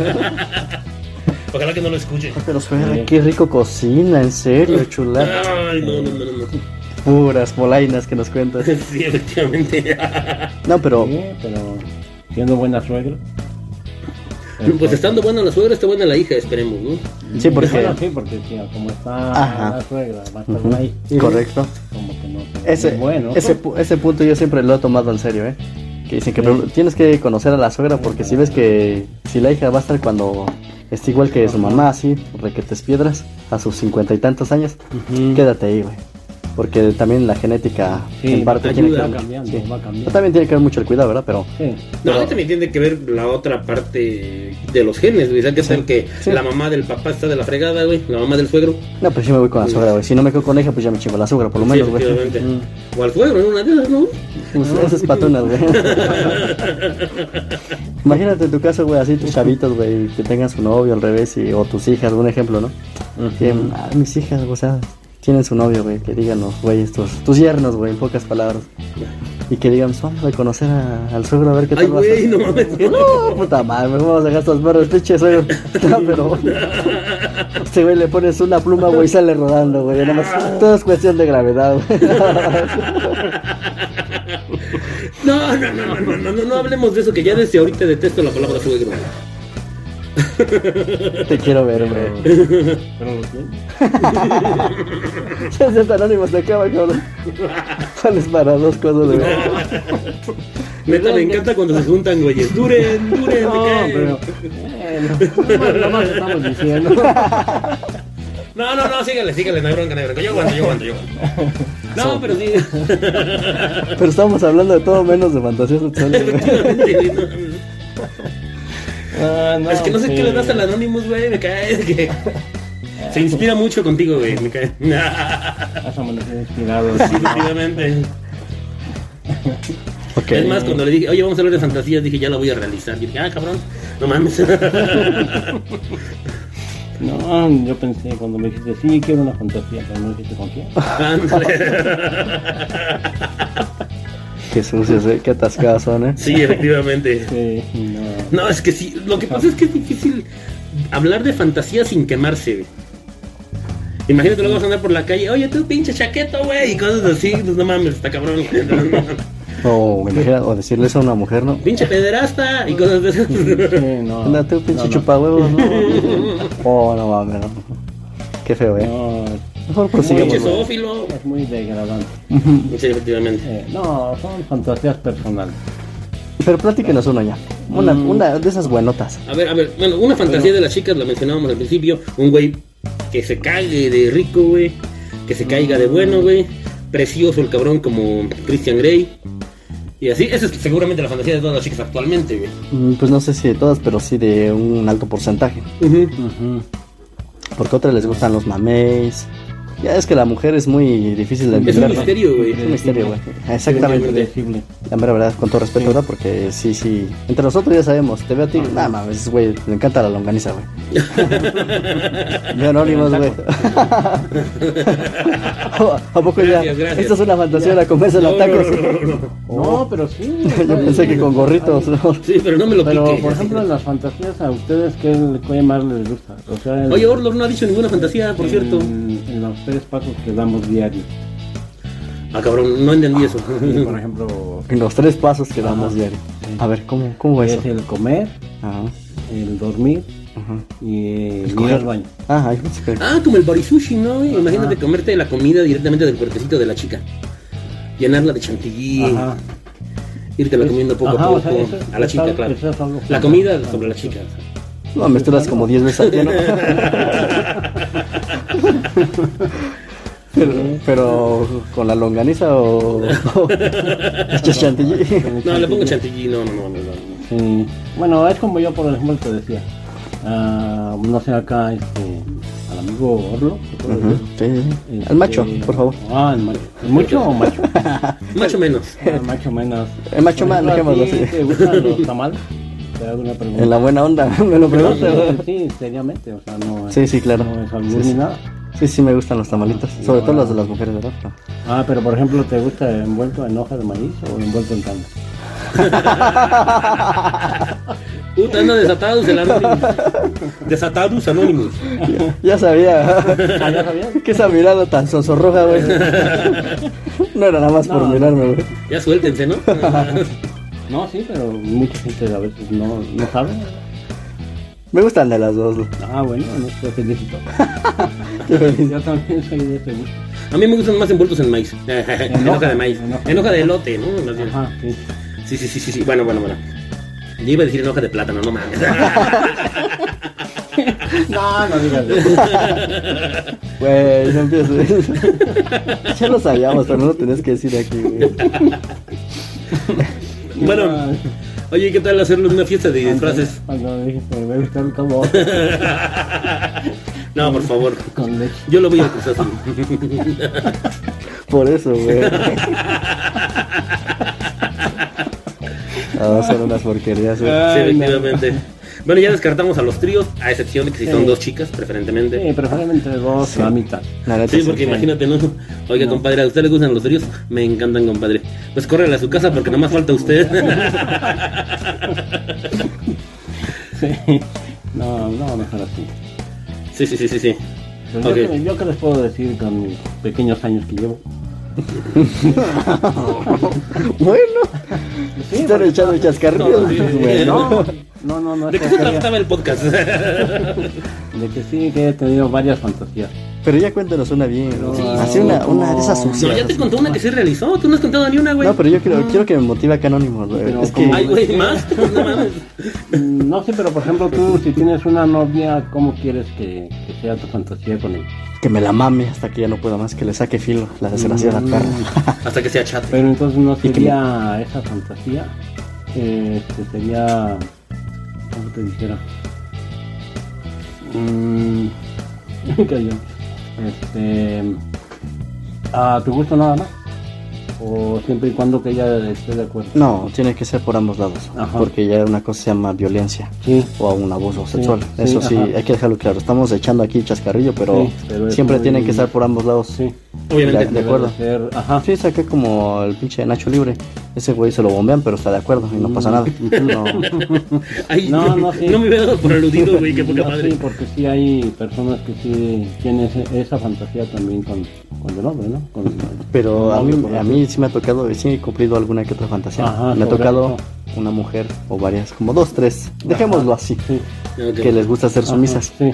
Speaker 1: Ojalá que no lo escuche.
Speaker 3: Pero suegra, qué rico cocina, en serio, chula.
Speaker 1: Ay, no, no, no, no. no.
Speaker 3: Puras molainas que nos cuentas.
Speaker 1: Sí, efectivamente.
Speaker 3: No, pero
Speaker 2: sí, ¿Eh? pero siendo buena suegra.
Speaker 1: Pues estando buena la suegra, está buena la hija, esperemos, ¿no?
Speaker 3: sí, porque...
Speaker 2: Bueno, sí, porque tío, como está
Speaker 3: Ajá.
Speaker 2: la suegra, va a estar ahí.
Speaker 3: Ujú, Correcto.
Speaker 2: Como que no. se ve
Speaker 3: Ese,
Speaker 2: muy bueno.
Speaker 3: ese, pu- ese punto yo siempre lo he tomado en serio, ¿eh? Que dicen que pero tienes que conocer a la suegra porque si ves que si la hija va a estar cuando está igual que su mamá, así, requetes piedras, a sus cincuenta y tantos años, quédate ahí, güey. Porque también la genética
Speaker 2: Sí,
Speaker 3: en parte tiene que
Speaker 2: ayuda, va
Speaker 3: ver.
Speaker 2: cambiando,
Speaker 3: sí.
Speaker 2: va cambiando.
Speaker 3: También tiene que ver mucho el cuidado, ¿verdad? Pero
Speaker 2: Sí.
Speaker 1: No, ahí también tiene que ver la otra parte de los genes, güey. O sea, que es el que
Speaker 3: sí.
Speaker 1: la mamá del papá está de la fregada, güey. La mamá del suegro.
Speaker 3: no, pues sí me voy con la suegra, güey. Si no me quedo con la hija, pues ya me chingo la suegra, por lo
Speaker 1: Sí,
Speaker 3: menos, güey.
Speaker 1: efectivamente.
Speaker 3: Mm.
Speaker 1: O al suegro, en una de esas, ¿no?
Speaker 3: Pues esas patonas, güey. Imagínate en tu caso, güey, así tus chavitos, güey, que tengan su novio al revés y, o tus hijas, un ejemplo, ¿no? Que, ah, mis hijas, o sea, tienen su novio, güey, que digan los güeyes, tus, tus yernos, güey, en pocas palabras. Y que digan, "Pues, vamos a conocer a- al suegro a ver qué
Speaker 1: Ay,
Speaker 3: tal va a
Speaker 1: güey,
Speaker 3: ser".
Speaker 1: no mames.
Speaker 3: No, puta madre, mejor vamos a dejar estas perros, pinche suegro. No, pero. Este güey le pones una pluma, güey, y sale rodando, güey. Nada más, todo es cuestión de gravedad, güey.
Speaker 1: No, no, no, no, no, no, no, no hablemos de eso, que ya desde ahorita detesto la palabra suegro.
Speaker 3: Te quiero ver, güey.
Speaker 2: Pero lo tiene.
Speaker 3: Ya se está anónimo, se acaba, cabrón. Sales para dos cosas de verdad.
Speaker 1: Neta, me encanta cuando se juntan, güeyes. Duren, duren,
Speaker 2: No,
Speaker 1: ¿qué?
Speaker 2: pero. Bueno, nada más estamos diciendo.
Speaker 1: No, no, no, sígale, sígale, no hay bronca, no hay bronca. Yo aguanto, yo aguanto, yo aguanto. No, pero sí.
Speaker 3: Pero estamos hablando de todo menos de fantasías sexuales, güey.
Speaker 1: Efectivamente, güey, no, no.
Speaker 2: Ah,
Speaker 1: es que no sé
Speaker 2: sí.
Speaker 1: qué le das al Anonymous, güey, me cae. es que Se inspira mucho contigo, güey, me cae.
Speaker 2: Has amanecido inspirado.
Speaker 1: Definitivamente.
Speaker 3: Ok.
Speaker 1: Es más, cuando le dije, oye, vamos a hablar de fantasías, dije, ya la voy a realizar. Y dije, ah, cabrón, no mames.
Speaker 2: No, yo pensé cuando me dijiste, sí, quiero una fantasía, pero no dijiste con quién.
Speaker 3: Qué sucios, ¿eh? Qué atascadas son, ¿eh?
Speaker 1: sí, efectivamente.
Speaker 2: Sí, no.
Speaker 1: No, es que sí, lo que pasa es que es difícil hablar de fantasía sin quemarse, güey. Imagínate luego vas a andar por la calle, oye tú pinche chaqueto, güey, y cosas así, pues no mames, está cabrón. güey. No, no, no.
Speaker 3: O, me dijera- o decirle eso a una mujer, ¿no?
Speaker 1: Pinche pederasta y cosas de esas.
Speaker 2: Sí, no.
Speaker 3: Anda tú, pinche
Speaker 2: No, no.
Speaker 3: chupahuevos, ¿no? oh, no mames, no. Qué feo, ¿eh?
Speaker 2: No,
Speaker 3: Mejor
Speaker 1: Pinche
Speaker 3: prosigamos. güey.
Speaker 1: zoófilo.
Speaker 2: es muy degradante.
Speaker 1: Sí, efectivamente.
Speaker 2: Eh, no, son fantasías personales.
Speaker 3: Pero platíquenos una ya. Una, una de esas buenotas.
Speaker 1: A ver, a ver, bueno, una fantasía de las chicas, la mencionábamos al principio, un güey que se cague de rico, güey, que se caiga de bueno, güey, precioso el cabrón como Christian Grey. Y así, esa es seguramente la fantasía de todas las chicas actualmente, güey.
Speaker 3: Mm, Pues no sé si de todas, pero sí de un alto porcentaje. Porque a otras les gustan los mameis. Ya es que la mujer es muy difícil de
Speaker 1: Es un
Speaker 3: entender. ¿no?
Speaker 1: misterio, güey.
Speaker 3: Es un misterio, güey. Exactamente.
Speaker 2: Predecible.
Speaker 3: La mera verdad, con todo respeto, ¿verdad? Porque sí, sí. Entre nosotros ya sabemos. Te veo a ti.
Speaker 1: Ah.
Speaker 3: Nada mames, güey. Le encanta la longaniza, güey. Yo anónimos, güey. ¿A poco ya?
Speaker 1: Gracias, gracias.
Speaker 3: Esta es una fantasía, la comerse los
Speaker 1: No, no,
Speaker 3: tacos.
Speaker 1: no, no, no.
Speaker 2: No, pero sí.
Speaker 3: Yo pensé que con gorritos, ¿no?
Speaker 1: Sí, pero no me lo
Speaker 2: Pero,
Speaker 1: pique.
Speaker 2: por ejemplo, en las fantasías, ¿a ustedes qué, qué más les gusta? O sea, el-
Speaker 1: Oye, Orlov no ha dicho ninguna fantasía, por
Speaker 2: en-
Speaker 1: cierto.
Speaker 2: En los tres pasos que damos diarios.
Speaker 1: Ah, cabrón, no entendí eso.
Speaker 2: Y, Por ejemplo,
Speaker 3: En los tres pasos que damos diario. A ver, ¿cómo, cómo Pues eso?
Speaker 2: es el comer,
Speaker 3: Ajá,
Speaker 2: el dormir
Speaker 3: ajá.
Speaker 2: y eh, ir
Speaker 3: comer.
Speaker 2: al baño.
Speaker 3: Ajá, yo pensé que-
Speaker 1: Ah, como el barisushi, ¿no? güey? Imagínate comerte la comida directamente del cuerpecito de la chica. Llenarla de chantilly,
Speaker 2: Ajá.
Speaker 1: irte la comiendo poco
Speaker 2: Ajá,
Speaker 1: a poco.
Speaker 2: o sea, eso-
Speaker 1: a la
Speaker 2: eso
Speaker 1: chica,
Speaker 2: es-
Speaker 1: claro.
Speaker 2: eso es algo
Speaker 1: La comida sobre la chica.
Speaker 3: No, me esturas como 10 veces al día, ¿no? pero, pero con la longaniza o. o- Echas chantilly.
Speaker 1: No, le pongo chantilly, no, no, no, no. no.
Speaker 2: Sí. Bueno, es como yo, por ejemplo, te decía. Ah, no sé, acá, este, al amigo Orlo. ¿te puedo
Speaker 3: Ujú,
Speaker 2: decir?
Speaker 3: sí, sí.
Speaker 2: Este,
Speaker 3: Al macho, por favor.
Speaker 2: Ah, el macho. ¿El mucho o macho?
Speaker 1: Más o menos.
Speaker 2: El macho menos.
Speaker 3: El macho
Speaker 2: Por
Speaker 3: más,
Speaker 2: ejemplo, ¿a ti
Speaker 3: dejémoslo así.
Speaker 2: ¿Te gustan los tamales? Te hago una pregunta.
Speaker 3: En la buena onda, me
Speaker 2: No,
Speaker 3: lo pregunto.
Speaker 2: no, sí, seriamente, o sea, no es-
Speaker 3: Sí, sí, claro.
Speaker 2: No es
Speaker 3: Sí,
Speaker 2: albur
Speaker 3: sí.
Speaker 2: ni nada.
Speaker 3: Sí, sí, me gustan los tamalitos. Sobre todo los de las mujeres, ¿verdad?
Speaker 2: Ah, pero por ejemplo, ¿te gusta envuelto en hoja de maíz o envuelto en cana?
Speaker 1: Puta, anda desatados el anónimo. Desatados anónimos.
Speaker 3: Ya sabía.
Speaker 2: Ah, ¿Ya sabías?
Speaker 3: ¿Qué esa mirada tan sonsorroja, güey? No era nada más por
Speaker 2: No.
Speaker 3: mirarme, güey.
Speaker 1: Ya suéltense, ¿no?
Speaker 2: No, sí, pero mucha gente a veces no, no sabe.
Speaker 3: Me gustan de las dos, güey.
Speaker 2: Ah, bueno, no estoy felicito. Yo también soy de ese gusto.
Speaker 1: A mí me gustan más envueltos en maíz. En hoja de maíz.
Speaker 2: en hoja.
Speaker 1: En hoja de elote, ¿no? Más bien.
Speaker 2: Ajá, Ah, sí.
Speaker 1: Sí, sí, sí, sí, sí. Bueno, bueno, bueno. Yo iba a decir en hoja de plátano, no mames.
Speaker 2: No, no digas eso.
Speaker 3: Güey, no empieces. ya lo sabíamos, pero no lo tenías que decir aquí, güey.
Speaker 1: bueno, oye, ¿qué tal hacerle una fiesta de disfraces?
Speaker 2: Cuando dijiste, me gusta el como
Speaker 1: No, por favor.
Speaker 2: con leche.
Speaker 1: Yo lo voy a cruzar.
Speaker 3: Por eso, güey. Ah, son unas porquerías, güey.
Speaker 1: Sí,
Speaker 2: Ay, no.
Speaker 1: efectivamente. Bueno, ya descartamos a los tríos, a excepción de que si son
Speaker 2: Sí.
Speaker 1: dos chicas, preferentemente.
Speaker 2: Sí, preferiblemente dos, la mitad.
Speaker 3: La neta,
Speaker 1: Sí, porque imagínate, ¿no? Oiga, compadre, ¿a usted le gustan los tríos? Me encantan, compadre. Pues córrele a su casa porque nomás falta usted.
Speaker 2: Sí. No, no, mejor así.
Speaker 1: sí, sí, sí, sí, sí.
Speaker 2: Pues
Speaker 1: Ok.
Speaker 2: yo, que- yo que les puedo decir con mis pequeños años que llevo.
Speaker 3: Bueno,
Speaker 2: Sí,
Speaker 3: están
Speaker 2: porque-
Speaker 3: echando chascarrillos,
Speaker 1: No, sí, sí,
Speaker 3: güey.
Speaker 2: no, no, no, no.
Speaker 1: ¿De
Speaker 2: es
Speaker 1: qué se
Speaker 2: tontería.
Speaker 1: trataba el podcast?
Speaker 2: De que sí, que he tenido varias fantasías.
Speaker 3: Pero ya cuéntanos una bien.
Speaker 2: Sí,
Speaker 3: güey.
Speaker 2: sí,
Speaker 3: Así
Speaker 2: sí.
Speaker 3: una, una de esas
Speaker 2: No,
Speaker 1: No,
Speaker 3: sucias.
Speaker 1: ya te contó una que se realizó. Tú no has contado ni una, güey.
Speaker 3: No, pero yo quiero, quiero que me motive acá Anónimo, güey.
Speaker 2: Pero
Speaker 3: Es que.
Speaker 2: como-
Speaker 1: Ay, güey, ¿más? No mames.
Speaker 2: Mm, No sé, pero por ejemplo tú, si tienes una novia, ¿cómo quieres que, que sea tu fantasía con ella?
Speaker 3: Que me la mame hasta que ya no pueda más, que le saque filo, la desgraciada
Speaker 2: Mm.
Speaker 3: perra.
Speaker 1: Hasta que sea chate.
Speaker 2: Pero entonces no
Speaker 3: que
Speaker 2: sería esa fantasía, eh, este, sería, ¿cómo te dijera? Mm, cayó. este, a tu gusto nada más. O siempre y cuando que ella esté de acuerdo.
Speaker 3: No, tiene que ser por ambos lados.
Speaker 2: Ajá.
Speaker 3: Porque ya una cosa se llama violencia
Speaker 2: Sí.
Speaker 3: o un abuso sexual.
Speaker 2: sí,
Speaker 3: Eso sí,
Speaker 2: ajá.
Speaker 3: hay que dejarlo claro. Estamos echando aquí chascarrillo, pero,
Speaker 2: Sí, pero es
Speaker 3: siempre
Speaker 2: muy-
Speaker 3: tienen que estar por ambos lados.
Speaker 2: Sí.
Speaker 3: De
Speaker 1: Obviamente.
Speaker 2: Debe
Speaker 3: acuerdo.
Speaker 2: ser- ajá.
Speaker 3: Sí, saqué como el pinche Nacho Libre. Ese güey se lo bombean, pero está de acuerdo y no
Speaker 2: Mm.
Speaker 3: pasa nada. No.
Speaker 1: Ay,
Speaker 2: No,
Speaker 1: no,
Speaker 2: no, sí.
Speaker 1: me hubiera dado por aludido, güey, qué poca
Speaker 2: No,
Speaker 1: madre.
Speaker 2: Sí, porque sí hay personas que sí tienen ese- esa fantasía también con, con el hombre, ¿no? Con-
Speaker 3: Pero
Speaker 2: con
Speaker 3: a
Speaker 2: el novio,
Speaker 3: mí,
Speaker 2: por
Speaker 3: a
Speaker 2: así.
Speaker 3: mí sí me ha tocado, sí he cumplido alguna que otra fantasía.
Speaker 2: Ajá,
Speaker 3: me ha
Speaker 2: sobre
Speaker 3: tocado
Speaker 2: eso.
Speaker 3: una mujer o varias, como dos, tres. Dejémoslo así.
Speaker 2: Sí.
Speaker 1: Ok.
Speaker 3: Que les gusta ser
Speaker 2: Ajá,
Speaker 3: sumisas
Speaker 2: Sí.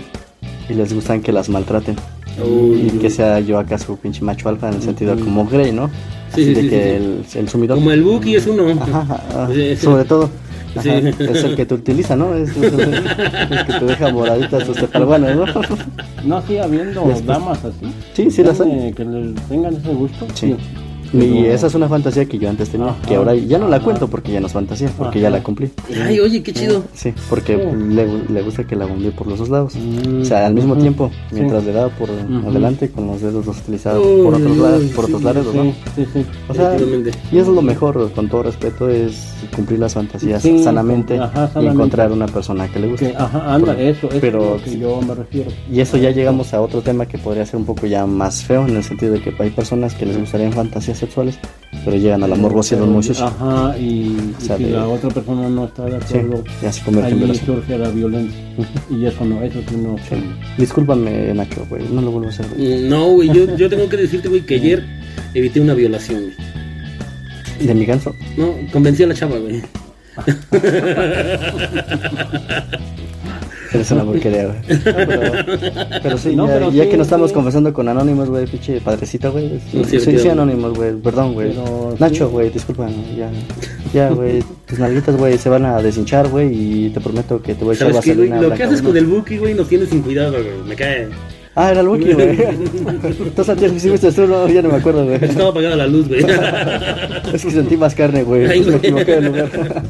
Speaker 3: y les gustan que las maltraten.
Speaker 1: Uy,
Speaker 3: Y que sea yo acá su pinche macho alfa en el sentido como Grey, ¿no?
Speaker 1: Sí,
Speaker 3: Así
Speaker 1: sí,
Speaker 3: de
Speaker 1: sí,
Speaker 3: que
Speaker 1: sí, sí.
Speaker 3: El, el sumidor.
Speaker 1: Como el Buki es uno.
Speaker 3: Ajá, ajá, ajá,
Speaker 1: Sí.
Speaker 3: sobre todo. Ajá,
Speaker 1: Sí.
Speaker 3: Es el que te utiliza, ¿no? Es, es- es el que te deja moraditas tus tepalguanas, ¿no?
Speaker 2: No, sí, habiendo
Speaker 3: Después-
Speaker 2: damas así.
Speaker 3: Sí, sí las hay.
Speaker 2: eh, Que les tengan ese gusto.
Speaker 3: Sí. Y
Speaker 2: Pero-
Speaker 3: esa es una fantasía que yo antes tenía,
Speaker 2: Ajá.
Speaker 3: que ahora ya no la cuento porque ya no es fantasía, porque ya
Speaker 2: Ajá.
Speaker 3: la cumplí.
Speaker 1: Ay, oye, qué chido.
Speaker 3: Sí, porque
Speaker 2: Sí.
Speaker 3: le, le gusta que la bombee por los dos lados.
Speaker 2: Mm,
Speaker 3: O sea, al mismo
Speaker 2: ujú.
Speaker 3: tiempo,
Speaker 2: Sí.
Speaker 3: mientras le daba por adelante con los dedos los utilizaba por
Speaker 1: Uy,
Speaker 3: otros lados,
Speaker 1: uy,
Speaker 3: por otros
Speaker 1: sí,
Speaker 3: lados, ¿no?
Speaker 2: Sí, sí, sí.
Speaker 3: O sea,
Speaker 1: Efectivamente.
Speaker 3: y eso es lo mejor, con todo respeto, es cumplir las fantasías
Speaker 2: Sí,
Speaker 3: sanamente
Speaker 2: ajá,
Speaker 3: y
Speaker 2: sanamente.
Speaker 3: encontrar una persona que le guste.
Speaker 2: Que, ajá, anda, eso, eso
Speaker 3: Pero-
Speaker 2: es a lo que yo me refiero.
Speaker 3: Y eso ya llegamos a otro tema que podría ser un poco ya más feo, en el sentido de que hay personas que les gustarían fantasías sexuales, pero ah, llegan al amor gozo y los mozos,
Speaker 2: Ajá, y,
Speaker 3: O
Speaker 2: y
Speaker 3: sea,
Speaker 2: si
Speaker 3: de-
Speaker 2: la otra persona no está de
Speaker 3: sí,
Speaker 2: acuerdo,
Speaker 3: ya se convierte en
Speaker 2: ahí
Speaker 3: violación.
Speaker 2: surge la violencia. y eso no, eso sí no.
Speaker 3: Discúlpame, Nacho, güey, no lo vuelvo a hacer. güey.
Speaker 1: No, güey, yo, yo tengo que decirte, güey, que ayer evité una violación, güey.
Speaker 3: De mi ganso.
Speaker 1: No, convencí a la chava, güey.
Speaker 3: Eres una porquería, güey. Pero, pero sí,
Speaker 2: No,
Speaker 3: ya,
Speaker 2: pero
Speaker 3: ya
Speaker 2: sí,
Speaker 3: que nos estamos
Speaker 2: sí.
Speaker 3: confesando con Anónimos, güey, pinche padrecita, güey.
Speaker 1: No,
Speaker 3: Sí,
Speaker 1: sí,
Speaker 3: sí, sí,
Speaker 1: efectivamente.
Speaker 3: Anónimos, güey, perdón, güey.
Speaker 2: Pero
Speaker 3: Nacho,
Speaker 2: sí.
Speaker 3: güey, disculpa, ya, ya, güey, tus nalguitas, güey, se van a deshinchar, güey, y te prometo que te voy Pues, a echar
Speaker 1: ¿Sabes qué, güey?
Speaker 3: vaselina
Speaker 1: Lo que
Speaker 3: blanca,
Speaker 1: haces
Speaker 3: güey.
Speaker 1: con el Buki, güey, nos tienes sin cuidado, güey. Me cae.
Speaker 3: Ah, era el Buki, güey. Entonces, antes que hiciste tú, no, ya no me acuerdo, güey.
Speaker 1: Estaba apagada la luz, güey.
Speaker 3: Es que sentí más carne, güey.
Speaker 1: Ay,
Speaker 3: Pues me
Speaker 1: güey.
Speaker 3: equivoqué de lugar.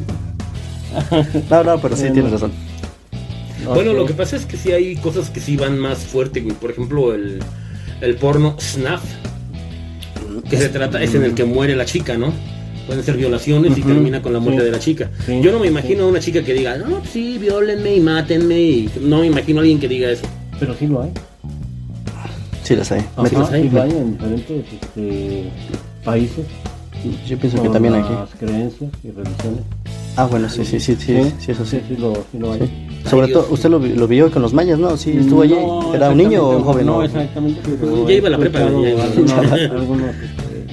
Speaker 3: No, no, pero sí
Speaker 2: Bueno.
Speaker 3: tienes razón.
Speaker 1: Bueno, lo que pasa es que sí hay cosas que sí van más fuerte, güey. Por ejemplo, el, el porno snuff, que se trata, es en el que muere la chica, ¿no? Pueden ser violaciones y
Speaker 2: Ujú,
Speaker 1: termina con la muerte
Speaker 2: sí.
Speaker 1: de la chica.
Speaker 2: Sí,
Speaker 1: Yo no me
Speaker 2: sí.
Speaker 1: imagino a una chica que diga, no, sí, violenme y mátenme. Y no me imagino a alguien que diga eso.
Speaker 2: Pero sí lo hay.
Speaker 3: Sí, las hay.
Speaker 2: Ajá,
Speaker 3: Me-
Speaker 1: los hay,
Speaker 2: sí Ah, lo
Speaker 1: güey.
Speaker 2: hay en diferentes este, países.
Speaker 3: Yo pienso que
Speaker 2: con
Speaker 3: también aquí.
Speaker 2: las creencias y religiones.
Speaker 3: Ah, bueno, sí, sí, sí, sí, sí, eso sí.
Speaker 2: Sí, lo, sí lo hay.
Speaker 3: Sobre
Speaker 1: Dios.
Speaker 3: todo, usted lo, vi- lo vio con los mayas, ¿no? Sí, estuvo allí.
Speaker 2: No,
Speaker 3: ¿Era un niño o un
Speaker 2: exactamente,
Speaker 3: joven?
Speaker 2: No,
Speaker 3: No,
Speaker 2: exactamente.
Speaker 1: Pues
Speaker 2: Pero
Speaker 1: ya iba a la prepa,
Speaker 2: escuchado
Speaker 1: ya iba a la prepa.
Speaker 2: algunos- algunos,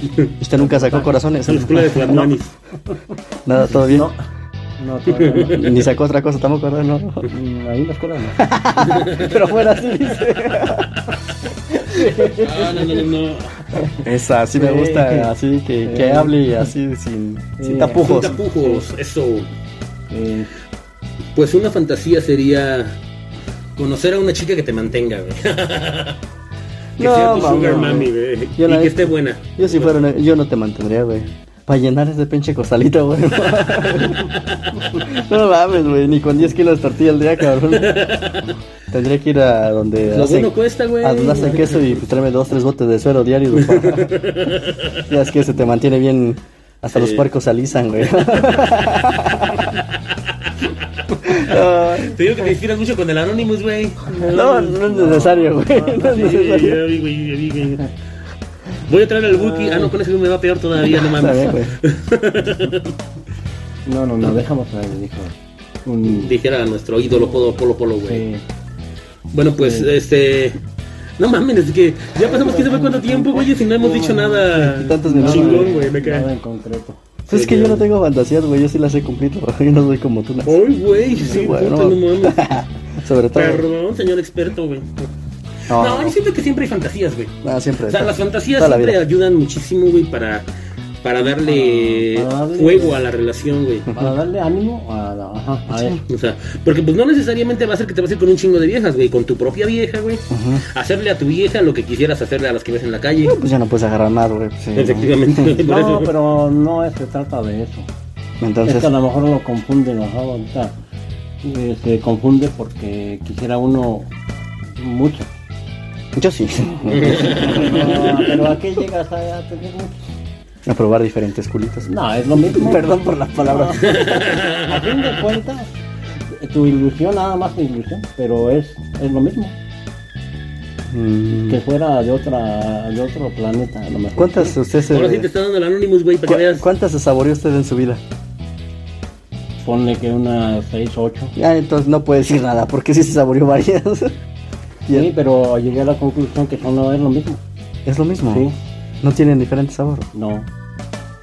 Speaker 2: este,
Speaker 3: Usted nunca sacó corazones.
Speaker 1: A la escuela de Flatmanis.
Speaker 3: Nada, todo bien.
Speaker 2: No, no, todavía no.
Speaker 3: Ni sacó otra cosa tampoco, ¿verdad? No.
Speaker 2: Mm, Ahí en la escuela no.
Speaker 3: Pero fuera así, dice.
Speaker 1: Ah, no, no, no, no.
Speaker 3: Esa, sí me
Speaker 2: Sí.
Speaker 3: gusta, así que, que
Speaker 2: Sí.
Speaker 3: hable así sin, sin
Speaker 2: Sí.
Speaker 1: Sin
Speaker 3: tapujos.
Speaker 1: tapujos, eso.
Speaker 2: Eh,
Speaker 1: Pues una fantasía sería conocer a una chica que te mantenga, güey. que
Speaker 3: No,
Speaker 1: sea tu
Speaker 3: mamá,
Speaker 1: sugar
Speaker 3: güey.
Speaker 1: mami, güey.
Speaker 3: Yo
Speaker 1: y
Speaker 3: la-
Speaker 1: que esté buena.
Speaker 3: Yo si fuera, una- yo no te mantendría, güey. Para llenar ese pinche costalito, güey. no mames, güey. Ni con 10 kilos de tortilla al día, cabrón. Tendría que ir a donde
Speaker 1: Lo
Speaker 3: hacen,
Speaker 1: bueno cuesta, güey.
Speaker 3: a donde hacen queso y pues, tráeme dos, tres botes de suero diario. güey, para- ya es que se te mantiene bien. Hasta los
Speaker 1: Sí.
Speaker 3: puercos se alisan, güey.
Speaker 1: Te digo que te inspiras mucho con el Anonymous, güey.
Speaker 3: no, no es necesario, güey. No es
Speaker 1: Sí, ya
Speaker 3: necesario.
Speaker 1: vi, güey, ya vi, güey. Voy a traer al Buki. Ah, no, con ese me va peor todavía, no
Speaker 3: Está bien,
Speaker 1: mames.
Speaker 3: güey.
Speaker 2: no, no, no, dejamos a él, dijo. Un,
Speaker 1: Dijera nuestro ídolo Polo Polo, Polo güey.
Speaker 2: eh,
Speaker 1: Bueno, pues, este... No mames, es que ya pasamos quién sabe cuánto tiempo, güey, si no hemos dicho nada
Speaker 3: Tantos minutos.
Speaker 1: chingón, güey, me
Speaker 2: Nada
Speaker 1: cae.
Speaker 2: en concreto.
Speaker 3: Pues es que yo no tengo fantasías, güey. Yo sí las he cumplido. Yo no soy como tú. Nacho.
Speaker 1: Ay, güey, sí,
Speaker 3: Bueno.
Speaker 1: puta, no mames.
Speaker 3: Sobre todo.
Speaker 1: Perdón, señor experto, güey.
Speaker 3: No,
Speaker 1: No, yo siento que siempre hay fantasías, güey.
Speaker 3: no, siempre.
Speaker 1: O sea, las fantasías
Speaker 3: Toda la
Speaker 1: siempre
Speaker 3: vida.
Speaker 1: ayudan muchísimo, güey, para, para darle
Speaker 2: Para-
Speaker 3: Ah,
Speaker 2: para darle-
Speaker 1: fuego a la relación, güey.
Speaker 2: Para darle ánimo a la. Ajá, a él.
Speaker 1: O sea, porque pues no necesariamente va a ser que te vas a ir con un chingo de viejas, güey, con tu propia vieja, güey. Hacerle a tu vieja lo que quisieras hacerle a las que ves en la calle.
Speaker 3: No, Pues ya no puedes agarrar más, güey. pues sí, ¿no?
Speaker 1: Efectivamente. por
Speaker 2: No,
Speaker 1: eso.
Speaker 2: pero no es- se trata de eso. es
Speaker 3: Entonces,
Speaker 2: que a lo mejor lo confunden, ajá, ahorita eh, se confunde porque quisiera uno mucho.
Speaker 3: yo sí. Ah,
Speaker 2: Pero, pero ¿a qué llegas a, a tener mucho?
Speaker 3: A probar diferentes culitos.
Speaker 2: No, es lo mismo.
Speaker 3: Perdón por las palabras.
Speaker 2: A fin de cuentas, tu ilusión nada más que ilusión, pero es, es lo mismo.
Speaker 3: Mm,
Speaker 2: Que fuera de otra de otro planeta, a lo mejor.
Speaker 3: ¿Cuántas usted se,
Speaker 1: Ahora sí te está dando el Anonymous, güey, para que
Speaker 3: cua-
Speaker 1: veas.
Speaker 3: cuántas se saboreó usted en su vida?
Speaker 2: Ponle que unas 6 o 8.
Speaker 3: Ya, entonces no puede decir nada, porque sí se saboreó varias. Y
Speaker 2: Sí, pero llegué a la conclusión que son no es lo mismo.
Speaker 3: Es lo mismo.
Speaker 2: Sí.
Speaker 3: No tienen diferente sabor.
Speaker 2: No.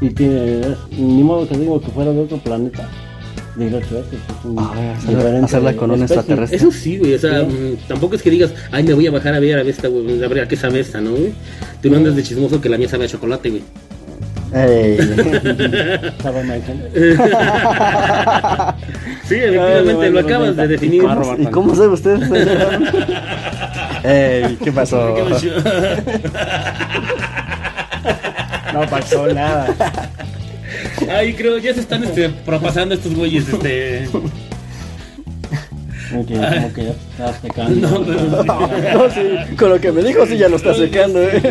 Speaker 2: Y tiene, es- ni modo que digo que fuera de otro planeta. De las veces. es un
Speaker 3: Ah, voy a hacerla-
Speaker 2: diferente
Speaker 3: hacerla con un
Speaker 2: especie.
Speaker 3: extraterrestre.
Speaker 1: Eso sí, güey, o sea,
Speaker 2: Sí.
Speaker 1: mm, tampoco es que digas, ay, me voy a bajar a ver a esta, güey, a ver a qué sabe esta, ¿no, güey? Tú no andas de chismoso que la mía sabe a chocolate, güey.
Speaker 3: Ey.
Speaker 2: Sabe, Michael.
Speaker 1: Sí, efectivamente,
Speaker 2: bueno,
Speaker 1: lo
Speaker 2: bueno,
Speaker 1: acabas de
Speaker 2: bueno,
Speaker 1: definir.
Speaker 2: ¿cómo?
Speaker 1: Arroba.
Speaker 3: ¿Y cómo sabe usted? Ey, ¿qué pasó?
Speaker 2: No pasó nada.
Speaker 1: Ay, creo, ya se están este, propasando estos güeyes, este.
Speaker 2: Como que, como que ya te estás secando.
Speaker 1: No, pero sí.
Speaker 3: No, sí, con lo que me dijo, sí, ya lo está secando, ¿eh?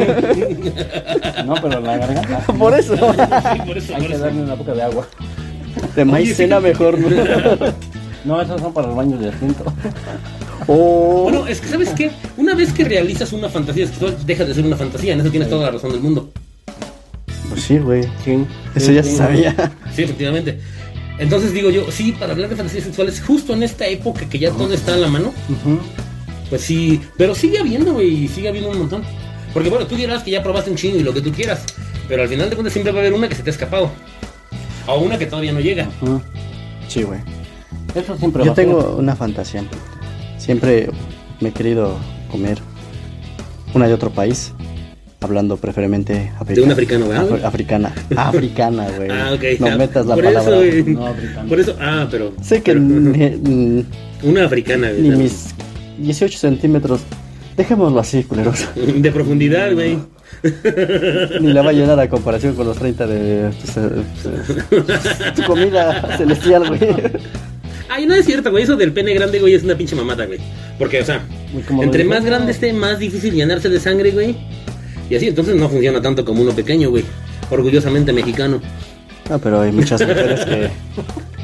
Speaker 2: No, pero la garganta.
Speaker 3: Por eso.
Speaker 1: Sí, por eso,
Speaker 2: Hay
Speaker 1: por
Speaker 2: que
Speaker 1: eso.
Speaker 2: darle una poca de agua.
Speaker 3: De maicena mejor, ¿no?
Speaker 2: No, esas son para los baños de asiento.
Speaker 3: Oh,
Speaker 1: Bueno, es que, ¿sabes qué? Una vez que realizas una fantasía sexual, deja de ser una fantasía, en eso tienes toda la razón del mundo.
Speaker 3: pues sí, güey.
Speaker 2: Sí.
Speaker 3: Eso ya se sabía.
Speaker 1: Sí, efectivamente. Entonces digo yo, sí, para hablar de fantasías sexuales, justo en esta época que ya todo está a la mano, pues sí, pero sigue habiendo, güey, sigue habiendo un montón. Porque bueno, tú dirás que ya probaste un chingo y lo que tú quieras, pero al final de cuentas siempre va a haber una que se te ha escapado. O una que todavía no llega.
Speaker 2: Ujú.
Speaker 3: Sí, güey.
Speaker 2: Mm. Eso siempre va
Speaker 3: Yo
Speaker 2: a ser.
Speaker 3: tengo una fantasía. Siempre me he querido comer una de otro país. Hablando preferiblemente africana.
Speaker 1: De un africano, ¿verdad?
Speaker 3: Afri- africana. Africana, güey.
Speaker 1: Ah, ok.
Speaker 3: No
Speaker 1: ya.
Speaker 3: metas la
Speaker 1: Por
Speaker 3: palabra.
Speaker 1: Eso, güey.
Speaker 2: No, africano.
Speaker 1: Por eso, ah, pero.
Speaker 3: Sé que
Speaker 1: pero-
Speaker 3: ni,
Speaker 1: una africana, güey.
Speaker 3: ni
Speaker 1: ¿no?
Speaker 3: mis 18 centímetros. Dejémoslo así, culeros.
Speaker 1: De profundidad, güey.
Speaker 3: Ni la va a llenar a comparación con los 30 de pues, eh, pues, tu comida celestial, güey.
Speaker 1: Ay, no es cierto, güey. Eso del pene grande, güey, es una pinche mamada, güey. Porque, o sea,
Speaker 2: Uy, como lo
Speaker 1: entre
Speaker 2: dijo.
Speaker 1: más grande esté, más difícil llenarse de sangre, güey. Y así, entonces no funciona tanto como uno pequeño, güey. Orgullosamente mexicano.
Speaker 3: No, pero hay muchas mujeres que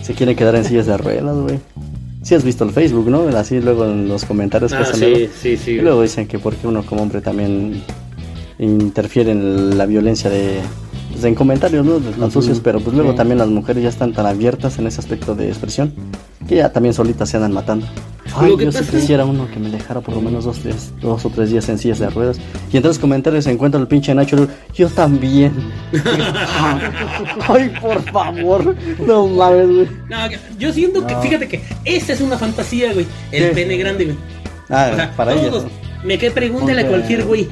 Speaker 3: se quieren quedar en sillas de ruedas, güey. Sí has visto el Facebook, ¿no? Así luego en los comentarios
Speaker 1: Ah,
Speaker 3: pasan
Speaker 1: sí,
Speaker 3: algo.
Speaker 1: sí, sí.
Speaker 3: Y luego dicen que porque uno como hombre también interfiere en la violencia de... pues, en comentarios, ¿no? De Los sucios, pero pues luego
Speaker 2: Sí.
Speaker 3: también las mujeres ya están tan abiertas en ese aspecto de expresión que ya también solitas se andan matando. Ay,
Speaker 1: Lo que
Speaker 3: yo si
Speaker 1: pasa-
Speaker 3: quisiera uno que me dejara por lo menos dos, tres, dos o tres días en sillas de ruedas. Y entre los comentarios se encuentra el pinche Nacho. Lur, Yo también. Ay, por favor. No mames, güey.
Speaker 1: No, yo siento que, fíjate que esa es una fantasía, güey. El
Speaker 3: ¿Qué?
Speaker 1: pene grande, güey.
Speaker 3: Ah,
Speaker 1: O sea,
Speaker 3: para ellos.
Speaker 1: todos. Me que pregúntale a
Speaker 2: Ponte-
Speaker 1: cualquier güey.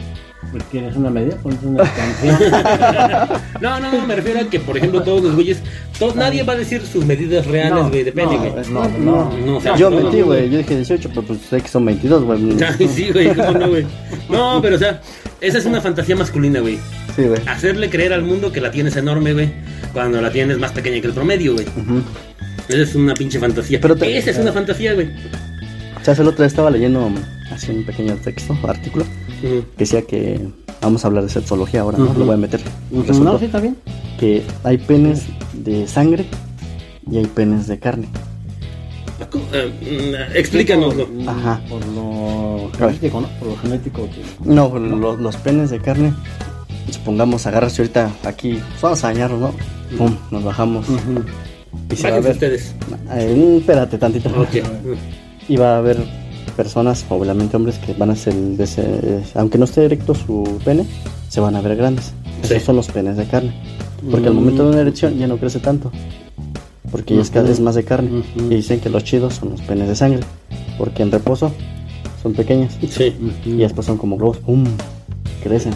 Speaker 2: Pues quieres una medida, pones una canción.
Speaker 1: No, no, no, me refiero a que, por ejemplo, todos los güeyes, to- nadie va a decir sus medidas reales, güey, de pene, güey.
Speaker 3: no, no.
Speaker 1: No, o sea,
Speaker 3: Yo
Speaker 1: todo.
Speaker 3: metí, güey. Yo dije 18, pero pues sé que son 22, güey.
Speaker 1: Ay, sí, güey, cómo no, güey. No, pero o sea, esa es una fantasía masculina, güey.
Speaker 3: Sí, güey.
Speaker 1: Hacerle creer al mundo que la tienes enorme, güey, cuando la tienes más pequeña que el promedio, güey.
Speaker 3: Ujú.
Speaker 1: Esa es una pinche fantasía.
Speaker 3: Pero te-
Speaker 1: Esa es una fantasía, güey.
Speaker 3: Ya hace el otro día estaba leyendo um, así un pequeño texto, artículo,
Speaker 1: Ujú.
Speaker 3: que decía que vamos a hablar de sexología ahora, ¿no? Lo voy a meter.
Speaker 2: No,
Speaker 3: Resultó
Speaker 2: sí, está bien.
Speaker 3: que hay penes de sangre y hay penes de carne.
Speaker 1: ¿Cómo? Eh, mm, explícanoslo.
Speaker 3: Ajá.
Speaker 2: Por lo genético, ¿no? Por lo genético. que-
Speaker 3: No, lo- los penes de carne, supongamos, agarras y ahorita aquí, pues vamos a dañarlo, ¿no? Pum, nos bajamos
Speaker 2: Mm.
Speaker 3: y se va a
Speaker 1: Bájense
Speaker 3: ver.
Speaker 1: ustedes.
Speaker 3: Eh, espérate tantito.
Speaker 1: Ok. Mm,
Speaker 3: Y va a haber personas, obviamente hombres, que van a ser, dese- eh, aunque no esté erecto su pene, se van a ver grandes.
Speaker 1: Sí.
Speaker 3: Esos son los penes de carne. Porque al momento
Speaker 2: Mm.
Speaker 3: de una erección ya no crece tanto. Porque ya es cada vez más de carne.
Speaker 2: Ujú.
Speaker 3: Y dicen que los chidos son los penes de sangre. Porque en reposo son pequeños.
Speaker 1: Sí.
Speaker 3: Y después son como globos. ¡pum! Crecen.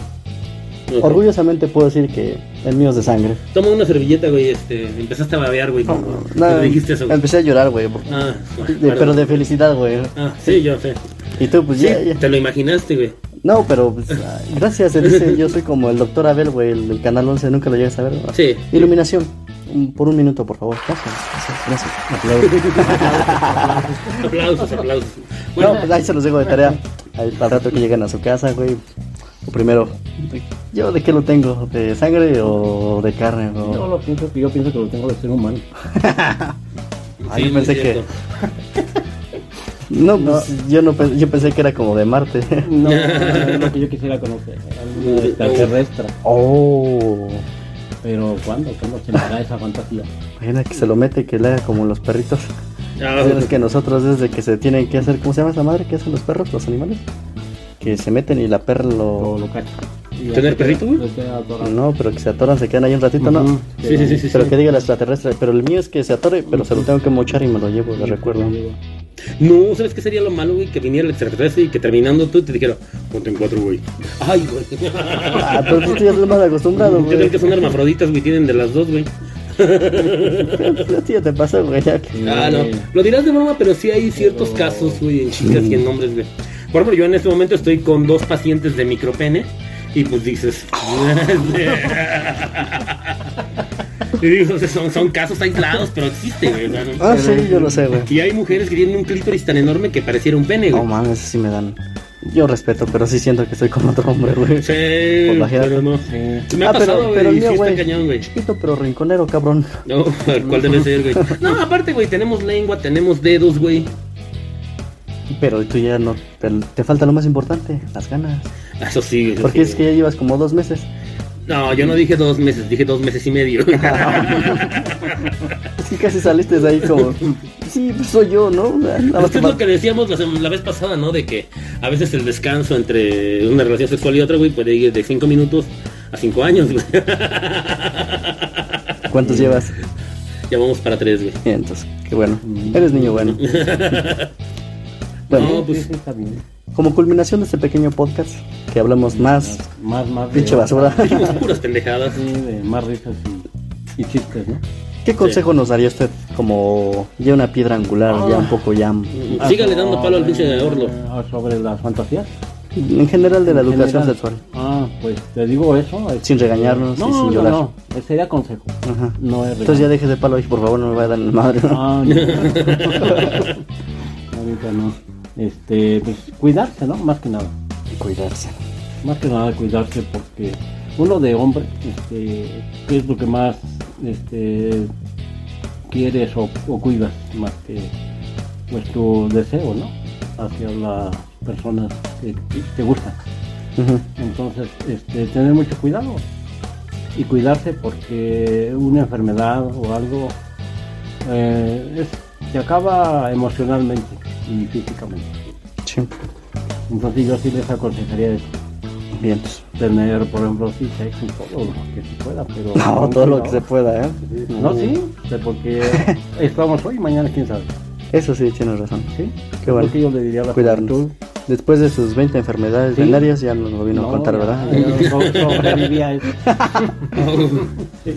Speaker 1: Ok.
Speaker 3: Orgullosamente puedo decir que el mío es de sangre.
Speaker 1: Toma una servilleta, güey. Este, empezaste a babear, güey. cuando
Speaker 3: No,
Speaker 1: dijiste eso. güey.
Speaker 3: empecé a llorar, güey. por-
Speaker 1: Ah,
Speaker 3: de-
Speaker 1: bueno,
Speaker 3: pero
Speaker 1: perdón.
Speaker 3: de felicidad, güey.
Speaker 1: Ah, sí, yo sé.
Speaker 3: Y tú, pues
Speaker 1: Sí,
Speaker 3: ya- ya.
Speaker 1: te lo imaginaste, güey.
Speaker 3: No, pero pues, ay, gracias, se dice, yo soy como el doctor Abel, güey, el del canal 11, nunca lo llegas a ver. ¿verdad?
Speaker 1: Sí.
Speaker 3: Iluminación, mm, por un minuto, por favor. Gracias, gracias, gracias.
Speaker 1: Aplausos, aplausos. Bueno,
Speaker 3: pues, No, pues ahí se los dejo de tarea. Ahí, al rato que lleguen a su casa, güey. Lo primero, ¿Yo de qué lo tengo? ¿De sangre o de carne? O...
Speaker 2: No lo pienso, yo pienso que lo tengo de ser humano.
Speaker 3: Ay,
Speaker 1: Sí, no
Speaker 3: yo
Speaker 1: es
Speaker 3: pensé que.
Speaker 1: cierto.
Speaker 3: No, pues, yo no pe- yo pensé que era como de Marte.
Speaker 2: No, es lo que yo quisiera conocer, algo extraterrestre.
Speaker 3: Oh.
Speaker 2: Pero ¿cuándo? ¿Cuándo se me da esa fantasía?
Speaker 3: Imagina que se lo mete y que le haga como los perritos.
Speaker 1: Ah,
Speaker 3: Ya ves Pues que nosotros desde que se tienen que hacer, ¿cómo se llama esa madre que hacen los perros, los animales? Que se meten y la perra
Speaker 2: O
Speaker 3: lo...
Speaker 2: lo cacho.
Speaker 1: ¿Tener perrito, güey?
Speaker 3: No, pero que se atoran, se quedan ahí un ratito, ¿no?
Speaker 1: Sí, sí, sí, sí.
Speaker 3: Pero
Speaker 1: sí.
Speaker 3: que diga el extraterrestre, pero el mío es que se atore, pero se lo tengo que mochar y me lo llevo, lo recuerdo.
Speaker 1: No, ¿sabes qué sería lo malo, güey? Que viniera el extraterrestre y que terminando tú te dijera, ponte en cuatro, güey. Ay, güey.
Speaker 3: Ah, pero tú ya estás mal acostumbrado,
Speaker 1: Yo
Speaker 3: güey.
Speaker 1: creo que son hermafroditas, güey, tienen de las dos, güey.
Speaker 3: A ti ya te pasa, güey. ya que-
Speaker 1: Ah, no. Lo dirás de broma, pero sí hay ciertos casos, güey, en chicas y en hombres, güey. Por ejemplo, yo en este momento estoy con dos pacientes de micropene y pues dices. y digo, son, son casos aislados, pero existe, güey. o sea, no-
Speaker 3: Ah, sí, yo lo sé, güey.
Speaker 1: Y hay mujeres que tienen un clítoris tan enorme que pareciera un pene, güey.
Speaker 3: No mames, eso sí me dan. Yo respeto, pero sí siento que estoy con otro hombre, güey.
Speaker 1: Sí,
Speaker 3: Por la jeta.
Speaker 1: pero no. Se me ha
Speaker 3: Ah, pero-
Speaker 1: pasado,
Speaker 3: pero
Speaker 1: güey, y
Speaker 3: el
Speaker 1: sí
Speaker 3: mío,
Speaker 1: está
Speaker 3: güey.
Speaker 1: cañón, güey.
Speaker 3: Chiquito, pero rinconero, cabrón.
Speaker 1: No, ¿cuál debe ser, güey? No, aparte, güey, tenemos lengua, tenemos dedos, güey.
Speaker 3: Pero tú ya no. Te, te falta lo más importante, las ganas.
Speaker 1: Eso sí, güey.
Speaker 3: Porque es que ya llevas como dos meses.
Speaker 1: No, yo no dije dos meses, dije dos meses y medio.
Speaker 3: Es que casi saliste de ahí como. Sí, pues soy yo, ¿no? Nada más
Speaker 1: Esto
Speaker 3: te
Speaker 1: es lo
Speaker 3: fal-
Speaker 1: que decíamos la, sem- la vez pasada, ¿no? De que a veces el descanso entre una relación sexual y otra, güey, puede ir de cinco minutos a cinco años, güey.
Speaker 3: ¿Cuántos llevas?
Speaker 1: Ya vamos para tres, güey.
Speaker 3: Bien, Entonces, qué bueno. Eres niño bueno. Bueno,
Speaker 1: No, pues,
Speaker 2: está bien.
Speaker 3: como culminación de este pequeño podcast, que hablamos más
Speaker 2: Más, más. de-
Speaker 3: pinche basura,
Speaker 1: dijimos puras pendejadas.
Speaker 2: Sí, de más risas y, y chistes, ¿no?
Speaker 3: ¿qué consejo nos daría usted como ya una piedra angular, ya
Speaker 1: Ah.
Speaker 3: un poco ya
Speaker 1: Sígale dando palo al pinche de Orlo.
Speaker 2: Ah, Sobre las fantasías.
Speaker 3: en general de la
Speaker 2: En
Speaker 3: educación
Speaker 2: general.
Speaker 3: sexual?
Speaker 2: Ah, pues te digo eso. es-
Speaker 3: Sin regañarnos
Speaker 2: No,
Speaker 3: y sin
Speaker 2: no,
Speaker 3: llorar.
Speaker 2: no. eh, Sería consejo.
Speaker 3: Ajá.
Speaker 2: No es
Speaker 3: Entonces ya
Speaker 2: regaño.
Speaker 3: deje de palo ahí, por favor, no me vaya a dar en la madre. ¿no?
Speaker 2: Ah, no. Ahorita no. Este, pues cuidarse, ¿no? Más que nada.
Speaker 3: Cuidarse.
Speaker 2: Más que nada cuidarse porque uno de hombre, este, ¿qué es lo que más este, quieres o, o cuidas más que pues tu deseo, ¿no? Hacia las personas que que te gustan.
Speaker 3: Ujú.
Speaker 2: Entonces, este, tener mucho cuidado y cuidarse porque una enfermedad o algo eh, es- se acaba emocionalmente y físicamente.
Speaker 3: Sí.
Speaker 2: Entonces yo sí les aconsejaría eso,
Speaker 3: Bien. pues.
Speaker 2: tener, por ejemplo, sí, sexo y todo lo que se pueda, pero...
Speaker 3: No,
Speaker 2: con
Speaker 3: todo lo que se
Speaker 2: cuidado.
Speaker 3: pueda, ¿eh?
Speaker 2: No, sí, sí, porque estamos hoy, mañana quién sabe,
Speaker 3: Eso sí, tienes razón.
Speaker 2: ¿sí?
Speaker 3: Qué bueno.
Speaker 2: Es lo que yo le diría a la
Speaker 3: Cuidarnos.
Speaker 2: juventud.
Speaker 3: Después de sus 20 enfermedades
Speaker 2: Sí.
Speaker 3: venarias, ya nos lo vino a contar,
Speaker 2: ya,
Speaker 3: ¿verdad?
Speaker 2: yo so- sobreviví a eso.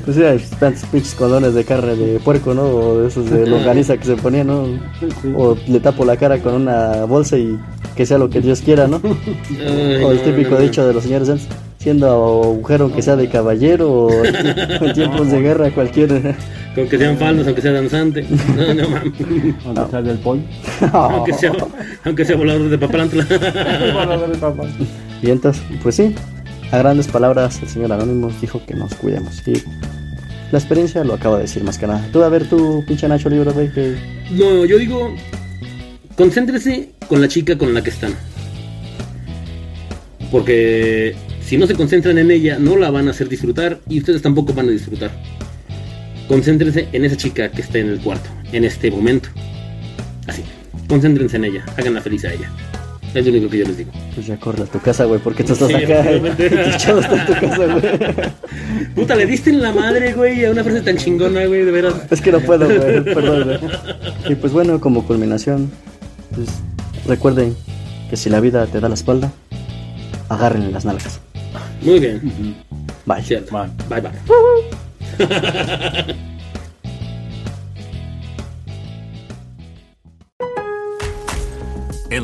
Speaker 3: Pues sí, hay tantos pinches condones de carne de puerco, ¿no? O de esos de longaniza que se ponían, ¿no?
Speaker 2: Sí.
Speaker 3: O le tapo la cara con una bolsa y que sea lo que Dios quiera, ¿no?
Speaker 1: Ay,
Speaker 3: O el
Speaker 1: no,
Speaker 3: típico
Speaker 1: no, no.
Speaker 3: dicho de los señores Sanz, siendo agujero que sea de caballero o en tiempos de guerra cualquier...
Speaker 1: Con que sean faldos, aunque sea danzante. No, no mames.
Speaker 2: Aunque sea del pollo.
Speaker 1: Aunque sea, aunque sea volador de papalantla.
Speaker 3: Y entonces, pues sí, a grandes palabras el señor Anónimos dijo que nos cuidemos. Y la experiencia lo acaba de decir más que nada. Tú a ver tu pinche Nacho Libro, güey, que...
Speaker 1: No, yo digo, concéntrese con la chica con la que están. Porque si no se concentran en ella, no la van a hacer disfrutar y ustedes tampoco van a disfrutar. Concéntrense en esa chica que está en el cuarto, en este momento. Así, concéntrense en ella, háganla feliz a ella. Es lo único que yo les digo.
Speaker 3: Pues ya corre a tu casa, güey, porque tú estás
Speaker 1: Sí,
Speaker 3: acá.
Speaker 1: efectivamente.
Speaker 3: Tu chavo está en tu casa, güey.
Speaker 1: Puta, le diste en la madre, güey, a una frase tan chingona, güey, de veras.
Speaker 3: Es que no puedo, güey, perdón, güey. Y pues bueno, como culminación, pues recuerden que si la vida te da la espalda, agárrenle las nalgas.
Speaker 1: Muy bien,
Speaker 3: Bye.
Speaker 1: cierto.
Speaker 2: Vale.
Speaker 1: Bye bye.
Speaker 4: En